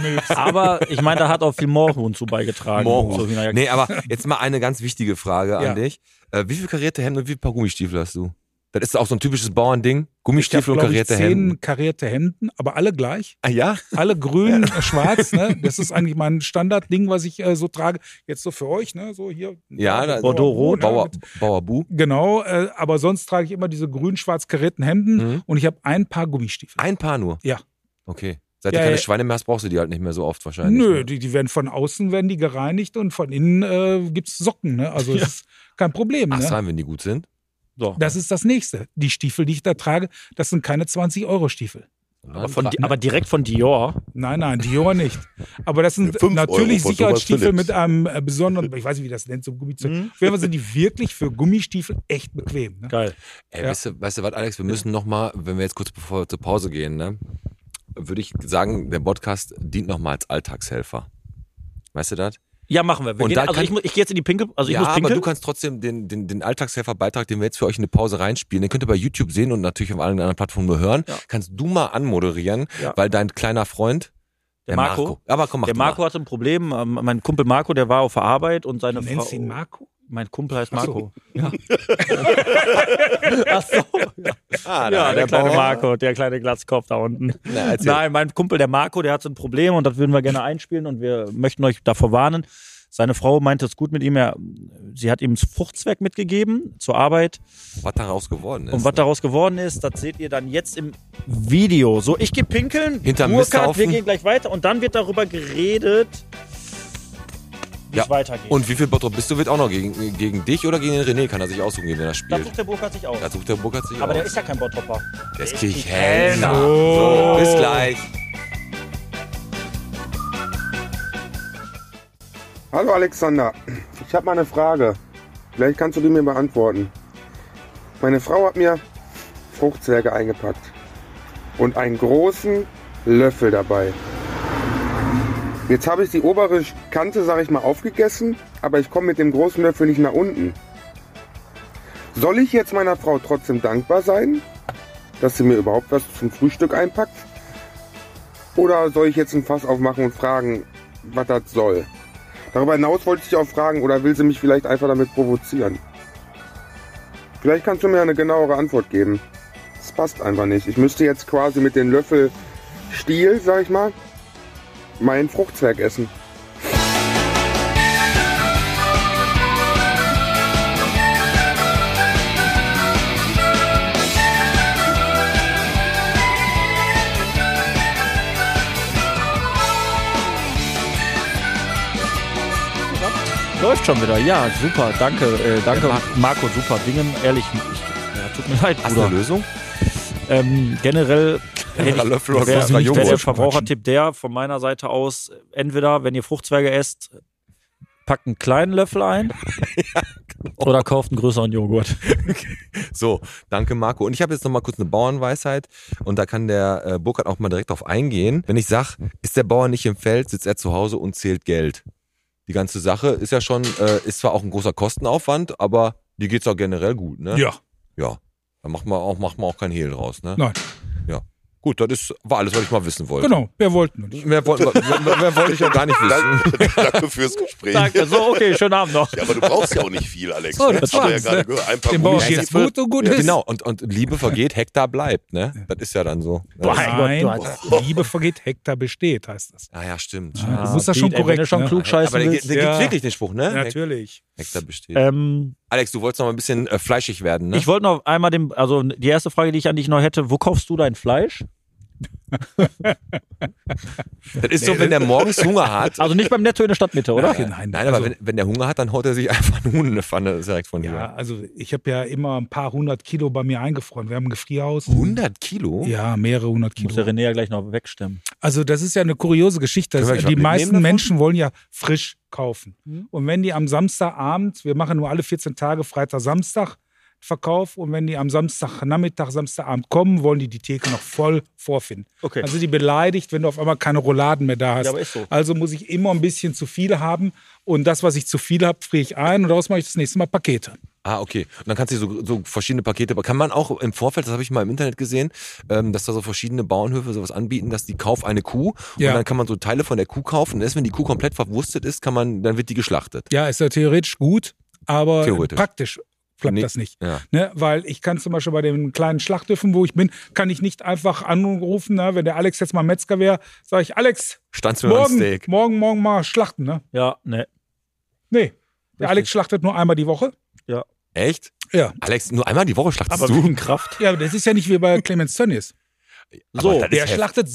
Mhm. aber ich meine, da hat auch viel Moorhuhn zu beigetragen. Moorhuhn. So, Hühnerjagd. Nee, aber jetzt mal eine ganz wichtige Frage Ja. an dich. Äh, wie viel karierte Hemden und wie viel paar Gummistiefel hast du? Das ist auch so ein typisches Bauernding. Gummistiefel und glaub ich, karierte zehn Hemden. karierte Hemden, aber alle gleich. Ah, ja? Alle grün, äh, schwarz. Ne? Das ist eigentlich mein Standardding, was ich äh, so trage. Jetzt so für euch, ne? so hier. Ja, da- Bordeaux Rot, ne? Bauer, Mit- Bauer Bu. Genau, äh, aber sonst trage ich immer diese grün-schwarz karierten Hemden Mhm. und ich habe ein paar Gummistiefel. Ein Paar nur? Ja. Okay. Seit Ja, du keine ja. Schweine mehr hast, brauchst du die halt nicht mehr so oft wahrscheinlich. Nö, ne? die, die werden von außen werden die gereinigt und von innen äh, gibt es Socken. Ne? Also Ja. es ist kein Problem. Ach, Ne? sein, wenn die gut sind. So. Das ist das Nächste. Die Stiefel, die ich da trage, das sind keine 20-Euro-Stiefel. aber, von, Di- aber direkt von Dior. Nein, nein, Dior nicht. Aber das sind Ja, fünf Euro natürlich von Sicherheitsstiefel Thomas Phillips. mit einem äh, besonderen, ich weiß nicht, wie das nennt, so Gummizeug. Mhm. Auf jeden Fall sind die wirklich für Gummistiefel echt bequem. Ne? Geil. Ey, Ja. weißt, du, weißt du was, Alex? Wir müssen nochmal, wenn wir jetzt kurz bevor wir zur Pause gehen, ne, würde ich sagen, der Podcast dient nochmal als Alltagshelfer. Weißt du das? Ja, machen wir. wir Und gehen, da also kann- ich, mu- ich gehe jetzt in die Pinkel. Also ich ja, muss aber pinkeln. du kannst trotzdem den, den, den Alltagshelfer-Beitrag, den wir jetzt für euch in eine Pause reinspielen, den könnt ihr bei YouTube sehen und natürlich auf allen anderen Plattformen nur hören. Kannst du mal anmoderieren, Ja. weil dein kleiner Freund, der Marco. Aber komm, mach der du Marco mal. hatte ein Problem. Ähm, mein Kumpel Marco, der war auf der Arbeit und seine Du Frau. nennst ihn Marco? Mein Kumpel heißt Ach so. Marco. Ja. Ach so. Ja. Ah, Ja, der, kleine Bauer. Marco, der kleine Glatzkopf da unten. erzähl. Nein, mein Kumpel, der Marco, der hat so ein Problem und das würden wir gerne einspielen und wir möchten euch davor warnen. Seine Frau meinte es gut mit ihm. Er, sie hat ihm das Fruchtzweck mitgegeben zur Arbeit. Was daraus geworden ist. Und was daraus geworden ist, das seht ihr dann jetzt im Video. So, ich gehe pinkeln. Hinterm Burkhard, wir Misthaufen. gehen gleich weiter und dann wird darüber geredet, wie Ja. es weitergeht. Und wie viel Bottrop bist du, wird auch noch gegen, gegen dich oder gegen den René, kann er sich aussuchen, gegen wen er das spielt. sucht der Burkhard sich aus. Da sucht der Burkhard sich Aber der aus. ist ja kein Bottropper. Der ist Kirchhellner. So, bis gleich. Hallo Alexander, ich habe mal eine Frage. Vielleicht kannst du die mir beantworten. Meine Frau hat mir Fruchtzwerge eingepackt und einen großen Löffel dabei. Jetzt habe ich die obere Kante, sage ich mal, aufgegessen, aber ich komme mit dem großen Löffel nicht nach unten. Soll ich jetzt meiner Frau trotzdem dankbar sein, dass sie mir überhaupt was zum Frühstück einpackt? Oder soll ich jetzt ein Fass aufmachen und fragen, was das soll? Darüber hinaus wollte ich dich auch fragen, oder will sie mich vielleicht einfach damit provozieren? Vielleicht kannst du mir eine genauere Antwort geben. Das passt einfach nicht. Ich müsste jetzt quasi mit dem Löffelstiel, sag ich mal, meinen Fruchtzwerg essen. Läuft schon wieder. Ja, super. Danke, äh, danke, Marco. Super. Dingen, ehrlich. Ich, ja, tut mir leid, Hast du Bruder. eine Lösung? Ähm, generell Anderer wäre Löffel oder wär großer wär Joghurt. der Verbrauchertipp der von meiner Seite aus, entweder, wenn ihr Fruchtzwerge esst, packt einen kleinen Löffel ein genau. oder kauft einen größeren Joghurt. So, danke Marco. Und ich habe jetzt noch mal kurz eine Bauernweisheit und da kann der äh, Burkhard auch mal direkt drauf eingehen. Wenn ich sage, ist der Bauer nicht im Feld, sitzt er zu Hause und zählt Geld. Die ganze Sache ist ja schon, äh, ist zwar auch ein großer Kostenaufwand, aber die geht's auch generell gut, ne? Ja, Ja. Da macht man auch, macht man auch kein Hehl draus, ne? Nein. Ja. Gut, das ist, war alles, was ich mal wissen wollte. genau. Wer wollten wir nicht? Mehr, wollte- mehr, mehr wollte ich auch gar nicht wissen. Danke fürs Gespräch. Danke, so, okay, schönen Abend noch. Ja, aber du brauchst ja auch nicht viel, Alex. So, ne? das Haben wir ja war's, gerade ne? gehört. Ein paar Dem Bauer gute geht's Schäfer. gut und gut Ja, ist. genau, und, und Liebe vergeht, Hektar bleibt, ne? Das ist ja dann so. Nein, Gott, Liebe vergeht, Hektar besteht, heißt das. Ah ja, stimmt. du musst das Piet, schon ey, Wenn du korrekt. schon ne? klug scheißen Aber da, gibt- willst. da gibt's Ja. wirklich den Spruch, ne? Ja, Natürlich. Äh. Hektar besteht. Ähm, Alex, du wolltest noch mal ein bisschen äh, fleischig werden, ne? Ich wollte noch einmal dem, also die erste Frage, die ich an dich noch hätte, wo kaufst du dein Fleisch? das ist so, wenn der morgens Hunger hat. Also nicht beim Netto in der Stadtmitte, oder? Okay, nein, Nein, aber also- wenn, wenn der Hunger hat, dann haut er sich einfach einen Huhn in eine Pfanne direkt von dir. Ja, also ich habe ja immer ein paar hundert Kilo bei mir eingefroren. Wir haben ein Gefrierhaus. 100 Kilo? Ja, mehrere hundert Oh. Muss der Kilo. René ja gleich noch wegstemmen. Also das ist ja eine kuriose Geschichte. Können wir nicht die was mitnehmen meisten davon? Menschen wollen ja frisch kaufen. Mhm. Und wenn die am Samstagabend, wir machen nur alle 14 Tage Freitag, Samstag Verkauf und wenn die am Samstagnachmittag, Samstagabend kommen, wollen die die Theke noch voll vorfinden. Okay. Also die beleidigt, wenn du auf einmal keine Rouladen mehr da hast. Ja, aber ist so. Also muss ich immer ein bisschen zu viel haben und das, was ich zu viel habe, friere ich ein und daraus mache ich das nächste Mal Pakete. Ah, okay. Und dann kannst du so, so verschiedene Pakete, aber kann man auch im Vorfeld, das habe ich mal im Internet gesehen, ähm, dass da so verschiedene Bauernhöfe sowas anbieten, dass die kauf eine Kuh Ja. und dann kann man so Teile von der Kuh kaufen. Und erst wenn die Kuh komplett verwurstet ist, kann man, dann wird die geschlachtet. Ja, ist ja theoretisch gut, aber Theoretisch. praktisch klappt Nee. das nicht. Ja. Ne, weil ich kann zum Beispiel bei den kleinen Schlachthöfen, wo ich bin, kann ich nicht einfach anrufen, ne? wenn der Alex jetzt mal Metzger wäre, sage ich, Alex, Standst du mir am morgen, Steak? morgen, morgen mal schlachten. Ne? Ja, ne. Nee, der Richtig. Alex schlachtet nur einmal die Woche. Echt? Ja. Alex, nur einmal die Woche schlachtest Aber du? wegen Kraft. Ja, aber das ist ja nicht wie bei Clemens Tönnies. Aber So, das ist Der heftig. schlachtet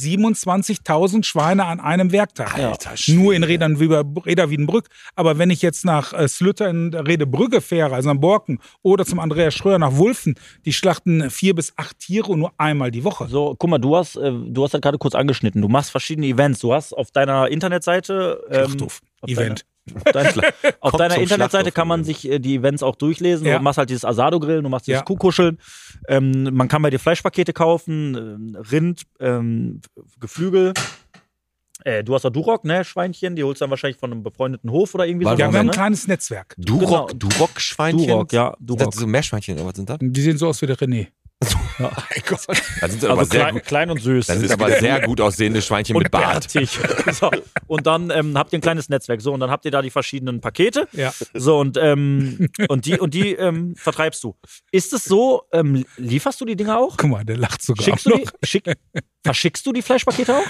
27.000 Schweine an einem Werktag. Alter Schwede. Nur in Rädern wie bei Räder Wiedenbrück. Aber wenn ich jetzt nach äh, Slütter in Redebrügge fähre, also am Borken, oder zum Andreas Schröer nach Wulfen, die schlachten vier bis acht Tiere und nur einmal die Woche. So, guck mal, du hast, äh, du hast das gerade kurz angeschnitten. Du machst verschiedene Events. Du hast auf deiner Internetseite. Ähm, Schlachthof. Event. Auf deiner, auf Kommt deiner zum Internetseite Schlachthof, kann man Event. sich äh, die Events auch durchlesen. Ja. Du machst halt dieses Asado-Grillen, du machst dieses Ja. Kuhkuscheln. Ähm, man kann bei dir Fleischpakete kaufen, ähm, Rind, ähm, Geflügel. Äh, du hast auch Durock, ne, Schweinchen. Die holst du dann wahrscheinlich von einem befreundeten Hof oder irgendwie Warte so. Ja, wir haben ein ne? kleines Netzwerk. Durock, Genau. Durock-Schweinchen? Durock, ja, Sind das Durock. so Meerschweinchen oder was sind das? Die sehen so aus wie der René. Mein Gott. Das sind aber Also sehr, klein, gut, klein und süß. das sind aber sehr gut aussehende Schweinchen mit Bart. Fertig. So. Und dann ähm, habt ihr ein kleines Netzwerk. So, und dann habt ihr da die verschiedenen Pakete. Ja. So, und, ähm, und die, und die ähm, vertreibst du. Ist es so, ähm, lieferst du die Dinger auch? Guck mal, der lacht sogar. Schickst auch du noch. die? Schick, verschickst du die Fleischpakete auch?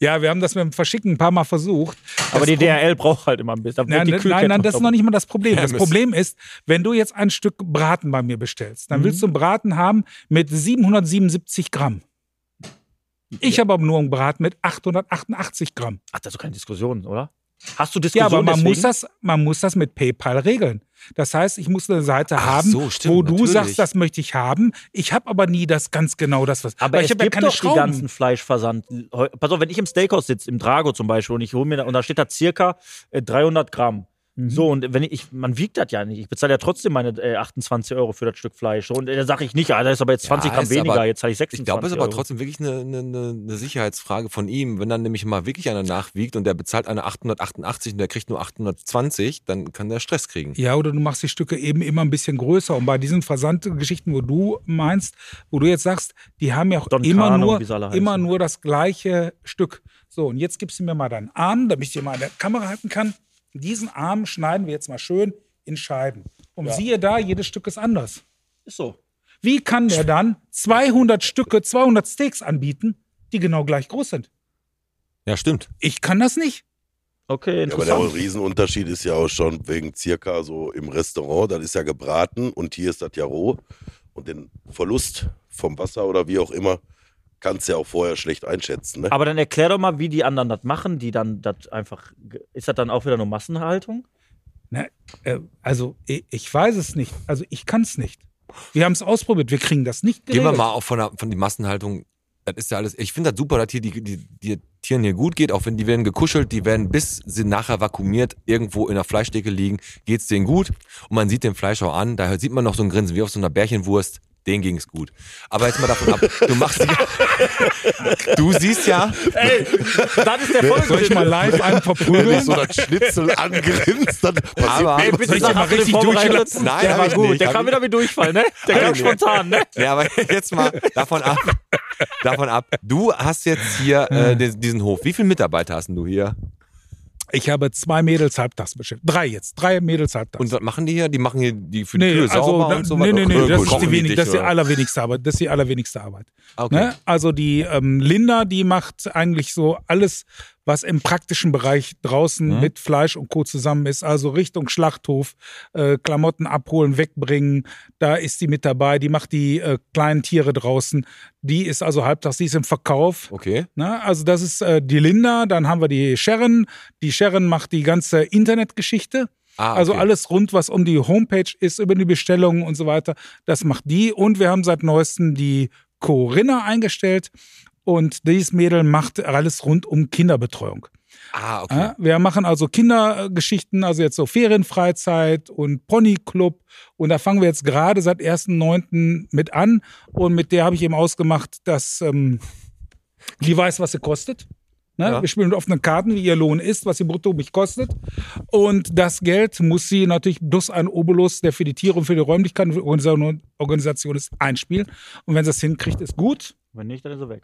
Ja, wir haben das mit dem Verschicken ein paar Mal versucht. Aber Das die DRL braucht halt immer ein bisschen. Da wird Nein, die nein, Kühlkette nein, nein, das ist noch nicht mal das Problem. Das Hermes. Problem ist, wenn du jetzt ein Stück Braten bei mir bestellst, Mhm. dann willst du einen Braten haben mit 777 Gramm. Ich habe aber nur einen Braten mit 888 Gramm. Ach, das ist doch keine Diskussion, oder? Hast du Ja, Diskussion aber man deswegen? muss, das, man muss das mit PayPal regeln. Das heißt, ich muss eine Seite Ach haben, so, stimmt, wo du natürlich. sagst, das möchte ich haben. Ich habe aber nie das ganz genau das, was. Aber weil es ich habe ja gibt keine doch die ganzen Schrauben. Fleischversand. Heu- Pass auf, wenn ich im Steakhouse sitze, im Drago zum Beispiel, und ich hole mir da, und da steht da circa äh, 300 Gramm. So, und wenn ich, ich, man wiegt das ja nicht. Ich bezahle ja trotzdem meine äh, 28 Euro für das Stück Fleisch. So, Und äh, da sage ich nicht, ah, da ist aber jetzt 20 Ja, Gramm ist weniger, aber- jetzt habe ich 26 Ich glaube, es ist Euro. aber trotzdem wirklich eine, eine, eine eine Sicherheitsfrage von ihm. Wenn dann nämlich mal wirklich einer nachwiegt und der bezahlt eine 888 und der kriegt nur 820, dann kann der Stress kriegen. Ja, oder du machst die Stücke eben immer ein bisschen größer. Und bei diesen Versandgeschichten, wo du meinst, wo du jetzt sagst, die haben ja auch Don immer, Carlo, nur, wie sie alle heißen. immer nur das gleiche Stück. So, und jetzt gibst du mir mal deinen Arm, damit ich dir mal an der Kamera halten kann. Diesen Arm schneiden wir jetzt mal schön in Scheiben. Und siehe da, jedes Stück ist anders. Ist so. Wie kann der dann 200 Stücke, 200 Steaks anbieten, die genau gleich groß sind? Ja, stimmt. Ich kann das nicht. Okay, Ja, aber der interessant. Riesenunterschied ist ja auch schon wegen circa so im Restaurant, das ist ja gebraten und hier ist das ja roh. Und den Verlust vom Wasser oder wie auch immer kannst du ja auch vorher schlecht einschätzen. Ne? aber dann erklär doch mal, wie die anderen das machen, die dann das einfach. ge- Ist das dann auch wieder nur Massenhaltung? Ne, äh, also ich, ich weiß es nicht. Also ich kann es nicht. Wir haben es ausprobiert. Wir kriegen das nicht Gehen wir geregelt. mal auch von, der, von die Massenhaltung Das ist ja alles. Ich finde das super, dass hier die, die, die Tieren hier gut geht, auch wenn die werden gekuschelt, die werden, bis sie nachher vakuumiert irgendwo in der Fleischdecke liegen, geht's denen gut. Und man sieht den Fleisch auch an, da sieht man noch so ein Grinsen, wie auf so einer Bärchenwurst. Denen ging's gut. Aber jetzt mal davon ab, du machst die, Du siehst ja, Das ist der Soll ich Folge. mal live einen Wenn dich verprügeln? so das Schnitzel angrinst, dann passiert aber. mir Bitte Soll ich sag, mal hast du den richtig vorbereitet? durchgelassen? Nein, der hab war ich gut. nicht. Der Hab kam wieder mit Durchfall, ne? Der kam spontan, ne? Ja, aber jetzt mal davon ab. Davon ab. Du hast jetzt hier äh, den- diesen Hof. Wie viele Mitarbeiter hast denn du hier? Ich habe zwei Mädels halbtags beschäftigt. Drei jetzt. Drei Mädels halbtags. Und was machen die hier? Die machen hier die für die Kühe sauber da- und so nee, also, weiter. nee, nee, Oder das ist kochen die, wenig, dich, das ist die oder? allerwenigste Arbeit. Das ist die allerwenigste Arbeit. Ah, okay. Ne? Also die ähm, Linda, die macht eigentlich so alles, was im praktischen Bereich draußen Mhm. mit Fleisch und Co. zusammen ist. Also Richtung Schlachthof, äh, Klamotten abholen, wegbringen. Da ist die mit dabei. Die macht die äh, kleinen Tiere draußen. Die ist also halbtags, die ist im Verkauf. Okay. Ne? Also das ist äh, die Linda, dann haben wir die Sharon. Die Sharon macht die ganze Internetgeschichte. Ah, okay. Also alles rund, was um die Homepage ist, über die Bestellungen und so weiter, das macht die. Und wir haben seit neuestem die Corinna eingestellt. Und dieses Mädel macht alles rund um Kinderbetreuung. Ah, okay. Ja, wir machen also Kindergeschichten, also jetzt so Ferienfreizeit und Ponyclub. Und da fangen wir jetzt gerade seit 1.9. mit an. Und mit der habe ich eben ausgemacht, dass ähm, die weiß, was sie kostet. Ne? Ja. Wir spielen mit offenen Karten, wie ihr Lohn ist, was sie brutto mich kostet. Und das Geld muss sie natürlich plus ein Obolus, der für die Tiere und für die Räumlichkeiten und für die Organisation- Organisation ist, einspielen. Und wenn sie das hinkriegt, ist gut. Wenn nicht, dann ist er weg.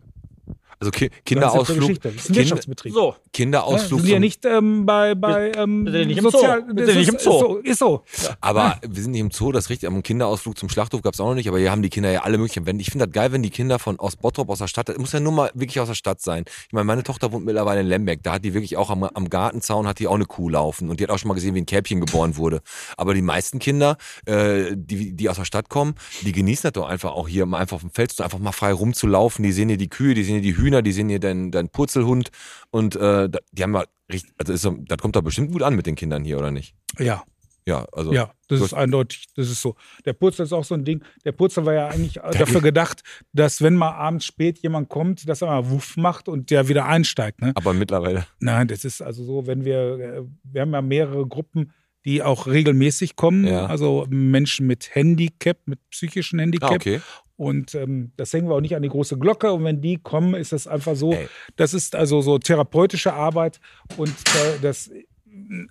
Also Ki Dann ist das eine Kinderausflug. Geschichte. Das ist ein Kinder- Wirtschaftsbetrieb. So. Ja, wir Kinderausflug. sind ja zum- nicht ähm, bei, bei ähm, wir sind ja nicht im Sozial... Zoo. Wir sind ja nicht im ist- Zoo. Ist so. Ist so. Aber wir sind nicht im Zoo, das ist richtig. Aber einen Kinderausflug zum Schlachthof gab es auch noch nicht. Aber hier haben die Kinder ja alle möglichen. Wenn, ich finde das geil, wenn die Kinder von aus Bottrop, aus der Stadt, das muss ja nur mal wirklich aus der Stadt sein. Ich meine, meine Tochter wohnt mittlerweile in Lemberg. Da hat die wirklich auch am, am Gartenzaun hat die auch eine Kuh laufen. Und die hat auch schon mal gesehen, wie ein Kälbchen geboren wurde. Aber die meisten Kinder, äh, die, die aus der Stadt kommen, die genießen das doch einfach auch hier, mal einfach auf dem Feld zu, einfach mal frei rumzulaufen. Die sehen hier die Kühe, die sehen hier die Hühner, die sehen hier deinen dein Purzelhund. Und äh, da- die haben ja richtig, also ist, so- das kommt da bestimmt gut an mit den Kindern hier, oder nicht? Ja, Ja, also. ja, das So. ist eindeutig. Das ist so. Der Purzel ist auch so ein Ding. Der Purzel war ja eigentlich äh, dafür gedacht, dass wenn mal abends spät jemand kommt, dass er mal Wuff macht und der wieder einsteigt. Ne? Aber mittlerweile. Nein, das ist also so, wenn wir, äh, wir haben ja mehrere Gruppen, die auch regelmäßig kommen. Ja. Also Menschen mit Handicap, mit psychischen Handicap. Ah, okay. Und ähm, das hängen wir auch nicht an die große Glocke. Und wenn die kommen, ist das einfach so. Ey. Das ist also so therapeutische Arbeit. Und äh, das äh,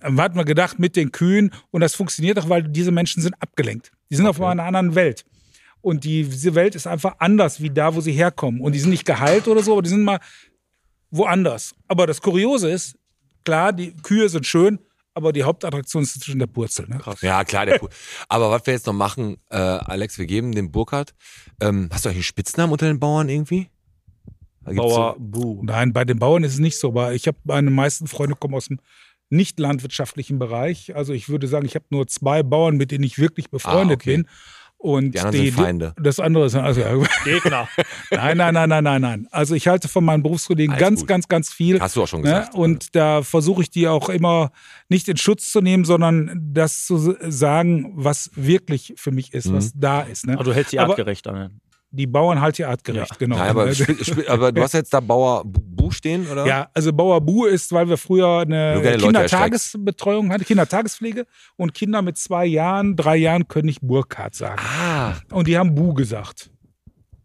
hat man gedacht mit den Kühen. Und das funktioniert auch, weil diese Menschen sind abgelenkt. Die sind auf einer anderen Welt. Und die, diese Welt ist einfach anders wie da, wo sie herkommen. Und die sind nicht geheilt oder so, aber die sind mal woanders. Aber das Kuriose ist, klar, die Kühe sind schön, aber die Hauptattraktion ist zwischen der Purzel. Ne? Ja, klar, der Pool. Aber was wir jetzt noch machen, äh, Alex, wir geben dem Burkhardt. Ähm, hast du eigentlich einen Spitznamen unter den Bauern irgendwie? Da gibt's so- Bauer, buh. Nein, bei den Bauern ist es nicht so, aber ich habe meine meisten Freunde kommen aus dem nicht landwirtschaftlichen Bereich. Also ich würde sagen, ich habe nur zwei Bauern, mit denen ich wirklich befreundet Ah, okay. bin. Und Die anderen sind Feinde. das andere ist also, Gegner. nein, nein, nein, nein, nein, nein. Also ich halte von meinen Berufskollegen Alles ganz, gut. ganz, ganz viel. Hast du auch schon Ne? gesagt. Und da versuche ich die auch immer nicht in Schutz zu nehmen, sondern das zu sagen, was wirklich für mich ist, Mhm. was da ist. Ne? Aber du hältst die Aber artgerecht an. ne? die Bauern halt hier artgerecht, genau. Nein, aber, Ne? Spi- Spi- aber du hast jetzt da Bauer Bu- Bu stehen, oder? Ja, also Bauer Bu ist, weil wir früher Nur eine keine Leute Kindertagesbetreuung hatten, Kindertagespflege und Kinder mit zwei Jahren, drei Jahren können nicht Burkhardt sagen. Ah, Und die haben Bu gesagt.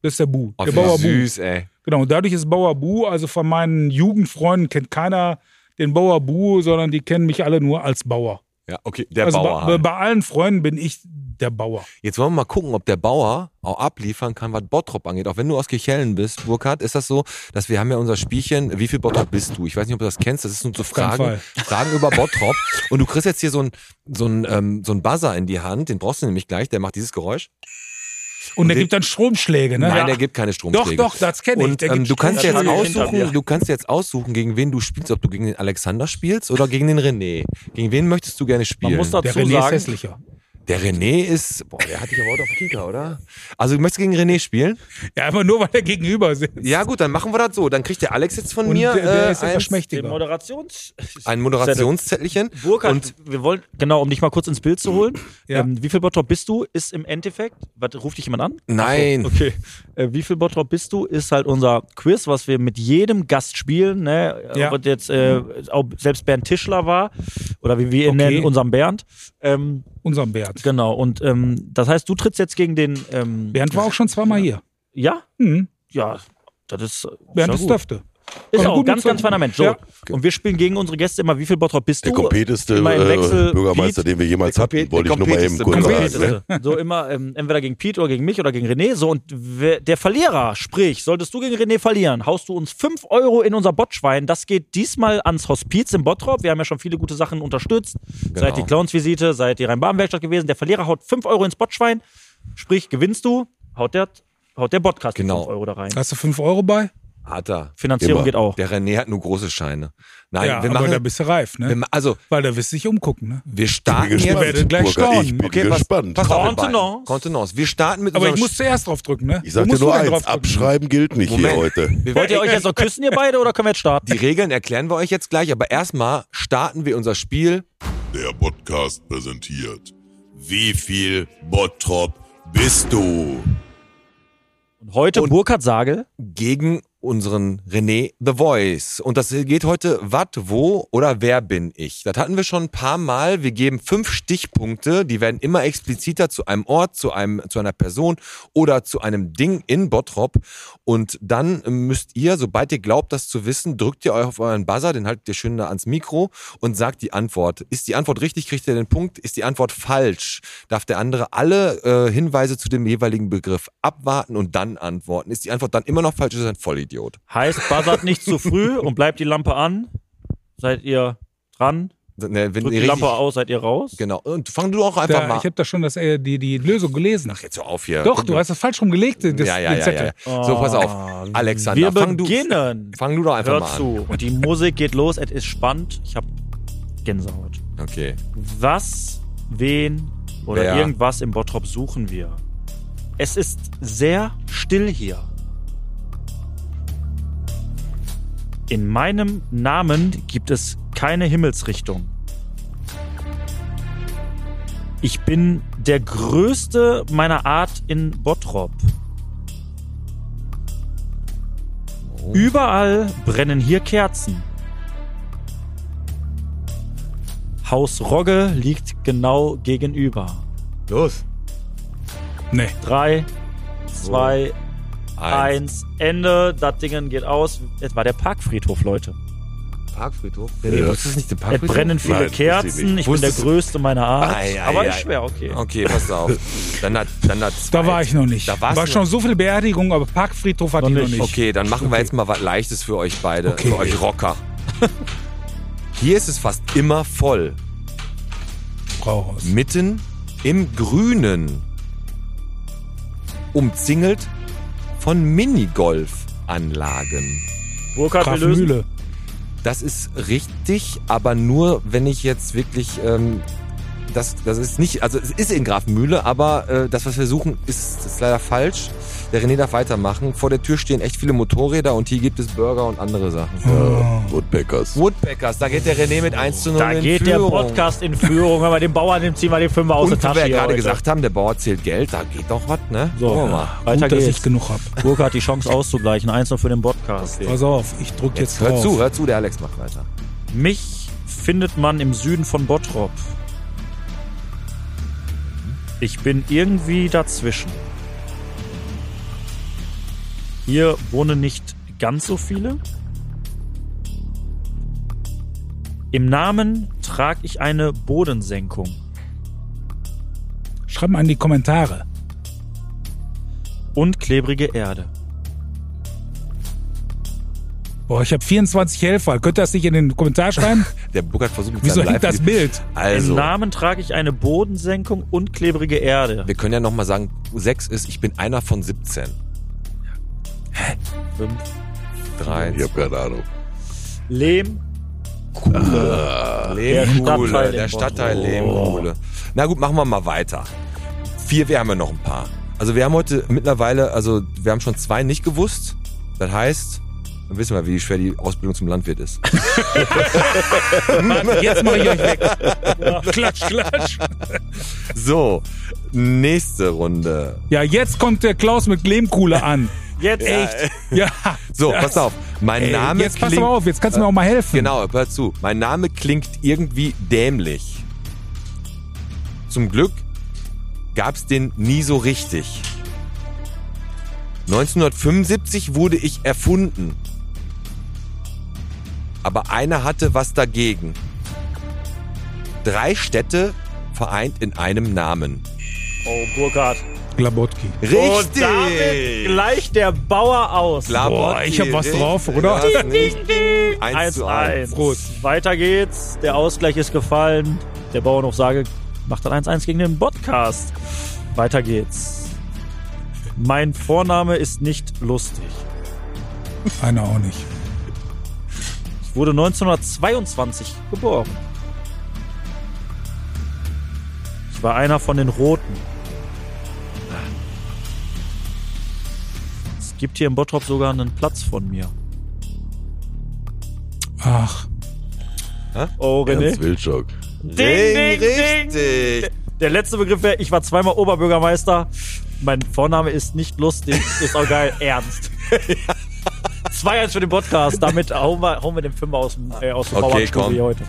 Das ist der Bu, oh, der wie Bauer Bu. süß, ey. Genau, und dadurch ist Bauer Bu, also von meinen Jugendfreunden kennt keiner den Bauer Bu, sondern die kennen mich alle nur als Bauer. Ja, okay, der also Bauer. bei, halt. bei allen Freunden bin ich der Bauer. Jetzt wollen wir mal gucken, ob der Bauer auch abliefern kann, was Bottrop angeht. Auch wenn du aus Kirchhellen bist, Burkhard, ist das so, dass wir haben ja unser Spielchen, wie viel Bottrop bist du? Ich weiß nicht, ob du das kennst, das ist nur so keinen Fragen, Fragen über Bottrop. Und du kriegst jetzt hier so ein, so ein, ähm, so ein Buzzer in die Hand, den brauchst du nämlich gleich, der macht dieses Geräusch. Und, der den- gibt dann Stromschläge, ne? Nein, Ja. der gibt keine doch, Stromschläge. doch, das kenne ich. Und Der ähm, gibt du kannst jetzt Stromschläge. hinter mir. aussuchen, du kannst jetzt aussuchen, gegen wen du spielst, ob du gegen den Alexander spielst oder gegen den René. Gegen wen möchtest du gerne spielen? Man muss dazu Der René ist sagen, hässlicher. Der René ist, boah, der hatte ich aber heute auf dem Kieker, oder? Also du möchtest gegen René spielen? Ja, aber nur weil er gegenüber sitzt. Ja gut, dann machen wir das so. Dann kriegt der Alex jetzt von Und mir der, der äh, ist etwas eins- Den schmächtiger. Moderations... ein Moderationszettelchen. Burkhard, Und wir wollen, genau, um dich mal kurz ins Bild zu holen. Ja. Ähm, wie viel Bottrop bist du, ist im Endeffekt, warte, ruft dich jemand an? nein, Okay. Äh, wie viel Bottrop bist du, ist halt unser Quiz, was wir mit jedem Gast spielen. Ne? Ja. Ob es jetzt äh, auch selbst Bernd Tischler war oder wie wir ihn Okay. nennen, unserem Bernd. Ähm, Unserem Bernd. genau, und ähm, das heißt, du trittst jetzt gegen den. Ähm, Bernd war auch schon zweimal hier. Ja? Hm. Ja. Das ist, Bernd ist, ja gut. ist dürfte. ist Kommt auch gut ganz, mit so- ganz feiner Mensch. So. Ja. Und wir spielen gegen unsere Gäste immer, wie viel Bottrop bist Der du? kompeteste Immer im Wechsel, äh, Bürgermeister, den wir jemals Der hatten, kompet- wollte ich der nur mal eben kompeteste kurz sagen. Ne? Kompetente. So immer ähm, entweder gegen Pete oder gegen mich oder gegen René. So und wer- der Verlierer, sprich, solltest du gegen René verlieren, haust du uns 5 Euro in unser Bottschwein. Das geht diesmal ans Hospiz im Bottrop. Wir haben ja schon viele gute Sachen unterstützt. Seid die Clownsvisite, seid die Rhein-Baden-Werkstatt gewesen. Der Verlierer haut 5 Euro ins Bottschwein. Sprich, gewinnst du, haut der, haut der Podcast Genau. 5 Euro da rein. Hast du 5 Euro bei? hat er. Finanzierung Immer. geht auch. Der René hat nur große Scheine. Nein, Ja, wir aber machen, da bist du reif, wir ne? ma- also Weil da wirst du dich umgucken, ne? wir starten gespannt. jetzt. werdet gleich Burkhard, staunen. Ich bin Okay, pass, gespannt. pass auf, ihr beiden. Contenance. Contenance. Wir starten mit Aber ich unserem muss zuerst drauf drücken, ne? ich Du sag dir musst nur vorher eins, draufdrücken. abschreiben gilt nicht hier Moment. Wir heute. Wollt ihr werden- euch jetzt noch küssen, ihr beide, oder können wir jetzt starten? die Regeln erklären wir euch jetzt gleich, aber erstmal starten wir unser Spiel. Der Podcast präsentiert. Wie viel Bottrop bist du? Und heute Burkhard Sagel. gegen unseren René The Voice. Und das geht heute, wat, wo oder wer bin ich? Das hatten wir schon ein paar Mal. Wir geben fünf Stichpunkte, die werden immer expliziter zu einem Ort, zu, einem, zu einer Person oder zu einem Ding in Bottrop. Und dann müsst ihr, sobald ihr glaubt, das zu wissen, drückt ihr euch auf euren Buzzer, den haltet ihr schön da ans Mikro und sagt die Antwort. Ist die Antwort richtig, kriegt ihr den Punkt. Ist die Antwort falsch, darf der andere alle äh, Hinweise zu dem jeweiligen Begriff abwarten und dann antworten. Ist die Antwort dann immer noch falsch, ist er ein Vollidiot. Heißt, buzzert nicht zu früh und bleibt die Lampe an. Seid ihr dran? Ne, wenn Drückt die ihr richtig, Lampe aus, seid ihr raus? Genau. Und fang du auch einfach da, mal. Ich habe da schon das, äh, die, die Lösung gelesen. Ach, jetzt hör auf hier. Doch, du hast das falsch rumgelegt, das, ja, ja, den ja, Zettel. Oh, ja, ja. So, pass auf. Alexander, wir fang du, beginnen. fang du doch einfach Hört mal an. zu. Und die Musik geht los. Es ist spannend. Ich habe Gänsehaut. Okay. Was, wen oder Wer? irgendwas im Bottrop suchen wir? Es ist sehr still hier. In meinem Namen gibt es keine Himmelsrichtung. Ich bin der Größte meiner Art in Bottrop. Überall brennen hier Kerzen. Haus Rogge liegt genau gegenüber. Los. Nee. Drei, zwei, Ein eins, Ende. Das Ding geht aus. Es war der Parkfriedhof, Leute. Parkfriedhof. Nee, wusstest du nicht den Es Parkfriedhof? brennen viele Nein, wusste ich Kerzen. nicht. Ich bin der Wusstest du- Größte meiner Art. Ei, ei, Aber ist ei. schwer, okay. Okay, pass auf. Dann hat, dann hat Da war ich noch nicht. Da war warst du schon so viel Beerdigung, aber Parkfriedhof hatte ich noch nicht. Okay, dann machen wir jetzt mal was Leichtes für euch beide, Okay. für euch Rocker. Hier ist es fast immer voll. Brauhaus. Mitten im Grünen. Umzingelt von Minigolfanlagen. Burkhard, wir lösen. Grafenmühle. Das ist richtig, aber nur, wenn ich jetzt wirklich. Ähm, das, das ist nicht, also es ist in Grafenmühle, aber äh, das, was wir suchen, ist, ist leider falsch. Der René darf weitermachen. Vor der Tür stehen echt viele Motorräder und hier gibt es Burger und andere Sachen. Und Beckers. Woodpeckers, da geht der René mit 1 zu 0 Da in geht Führung. der Podcast in Führung. Aber den Bauern dem ziehen wir den Fünfer aus Und der wie Tasche. wir ja hier gerade heute. gesagt haben, der Bauer zählt Geld, da geht doch was, ne? So, Gucken wir mal. weiter Gut, dass ich geht's. genug habe. Burkhard hat die Chance auszugleichen. Eins noch für den Podcast. Pass auf, ich drück jetzt, Hör drauf. zu, hör zu, der Alex macht weiter. Mich findet man im Süden von Bottrop. Ich bin irgendwie dazwischen. Hier wohnen nicht ganz so viele. Im Namen trage ich eine Bodensenkung. Schreib mal in die Kommentare. Und klebrige Erde. Boah, ich habe 24 Helfer. Könnt ihr das nicht in den Kommentar schreiben? Der Burkhard versucht mit Wieso seinem hängt das Live- Bild? Also, Im Namen trage ich eine Bodensenkung und klebrige Erde. wir können ja nochmal sagen, 6 ist, ich bin einer von 17. Fünf. 3, Ich hab keine Ahnung. Lehm. Lehmkuhle, Stadtteil der in Stadtteil Oh. Bottrop. Lehmkuhle. Na gut, machen wir mal weiter. Vier, wir haben ja noch ein paar. Also wir haben heute mittlerweile, also wir haben schon zwei nicht gewusst. Das heißt, dann wissen wir, wie schwer die Ausbildung zum Landwirt ist. Mann, jetzt mache ich euch weg. Klatsch, klatsch. So, nächste Runde. Ja, jetzt kommt der Klaus mit Lehmkuhle an. Jetzt echt. Ja. So, Das- pass auf. Mein Ey, Name jetzt pass klingt... mal auf, jetzt kannst du mir auch mal helfen. Genau, hör zu. Mein Name klingt irgendwie dämlich. Zum Glück gab's den nie so richtig. 1975 wurde ich erfunden. Aber einer hatte was dagegen. Drei Städte vereint in einem Namen. Oh, Burkhard. Glabotki. Und damit gleich der Bauer aus. Boah, ich hab was drauf, oder? Ja, nicht. Eins zu eins. 1-1. Weiter geht's. Der Ausgleich ist gefallen. Der Bauer noch sage, macht dann 1-1 gegen den Podcast. Weiter geht's. Mein Vorname ist nicht lustig. Einer auch nicht. Ich wurde 1922 geboren. Ich war einer von den Roten. Es gibt hier in Bottrop sogar einen Platz von mir. Ach, Oh, ne? Ernst Wildschock. Ding, richtig. Der letzte Begriff wäre, ich war zweimal Oberbürgermeister. Mein Vorname ist nicht lustig, ist auch geil, ernst. 2-1 für den Podcast. Damit hauen wir, hauen wir den Fünfer aus dem, äh, aus dem Okay, Bauernstudio komm. hier heute.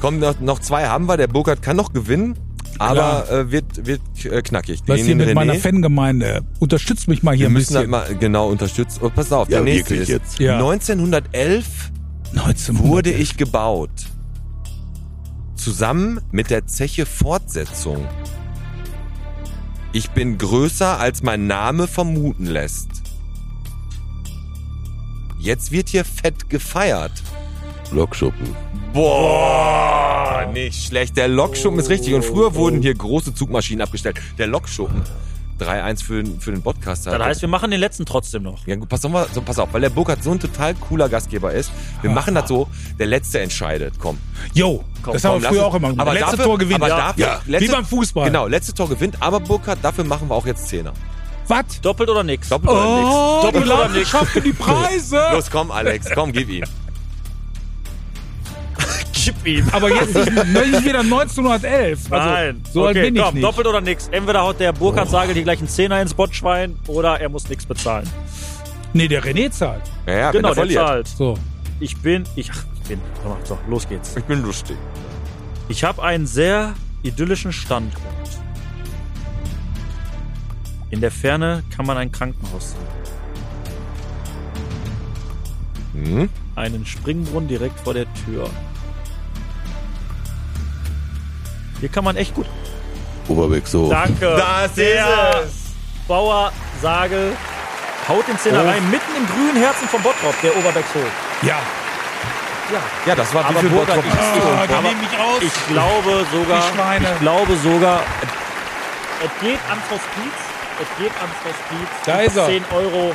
Komm, noch, noch zwei haben wir. Der Burkhardt kann noch gewinnen, aber äh, wird, wird äh, knackig. was hier nehmen mit René. meiner Fangemeinde? Unterstützt mich mal hier Wir ein müssen das bisschen. mal genau unterstützen. Und pass auf, Ja, der nächste ist. wirklich jetzt. Ja. 1911 1900. wurde ich gebaut. Zusammen mit der Zeche Fortsetzung. Ich bin größer, als mein Name vermuten lässt. Jetzt wird hier fett gefeiert. Lokschuppen. Boah, nicht schlecht. Der Lokschuppen ist richtig. Und früher wurden hier große Zugmaschinen abgestellt. Der Lokschuppen. 3-1 für, den- für den Podcaster. Dann heißt, wir machen den letzten trotzdem noch. ja, gut, pass, auf, mal- so, pass auf, weil der Burkhardt so ein total cooler Gastgeber ist. Wir machen das so, der Letzte entscheidet. Komm, Yo, komm das komm, haben wir lass früher es. auch immer gemacht. Aber Letzte dafür, Tor gewinnen. Aber Ja. dafür, Ja. letzte, Wie beim Fußball. Genau, letzte Tor gewinnt, aber Burkhardt, dafür machen wir auch jetzt Zehner. Was? Doppelt oder nix? Doppelt oder nix. Oh, Doppel die oder Landwirtschaft für die Preise. Los, komm, Alex, komm, gib ihn. Gib ihm. Aber jetzt nicht, nicht wieder 1911. Also, Nein. so alt okay, bin ich komm, nicht. doppelt oder nix. Entweder haut der Burkhard Sagel die gleichen Zehner ins Bottschwein oder er muss nix bezahlen. Nee, der René zahlt. Ja, ja, genau, wenn er der verliert. zahlt. So. Ich bin, ich, ach, ich bin. Komm mal, So, los geht's. Ich bin lustig. Ich habe einen sehr idyllischen Standort. In der Ferne kann man ein Krankenhaus sehen. Hm? Einen Springbrunnen direkt vor der Tür. Hier kann man echt gut. Oberbeckshof. Danke. Oh, Das ist der es. Bauer Sagel haut den Zehner rein, Oh. mitten im grünen Herzen von Bottrop, der Oberbeckshof. Ja. Ja, das war Aber wie viel Burkhardt, Bottrop ich- hast du? Ah, die aber nehmen mich aus. Ich glaube sogar. Die Schweine. Ich glaube sogar. es- Es geht ans Hospiz. Es geht ans Hospiz. Da ist er. 10 Euro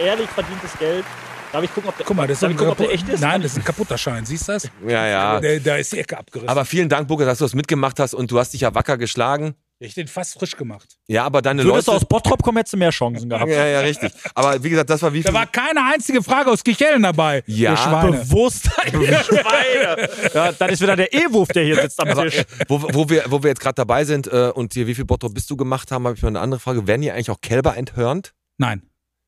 ehrlich verdientes Geld. Darf ich gucken, ob der, Guck mal, das ist darf ein ich gucken, ob der kaputt- echt ist? Nein, das ist ein kaputter Schein. Siehst du das? Ja, ja. Da, da ist die Ecke abgerissen. Aber vielen Dank, Burkhard, dass du das mitgemacht hast und du hast dich ja wacker geschlagen. ich den fast frisch gemacht. Ja, aber deine Würdest du Leute. aus Bottrop kommen, hättest du mehr Chancen gehabt. ja, ja, richtig. Aber wie gesagt, das war wie Da viel. war keine einzige Frage aus Kichellen dabei. Ja, ihr Schweine. Bewusstsein, ihr Schweine. Ja, dann ist wieder der E-Wurf, der hier sitzt am Tisch. wo, wo, wir, wo wir jetzt gerade dabei sind äh, und hier, wie viel Bottrop bist du gemacht haben, habe ich mal eine andere Frage. Werden hier eigentlich auch Kälber enthörnt? Nein.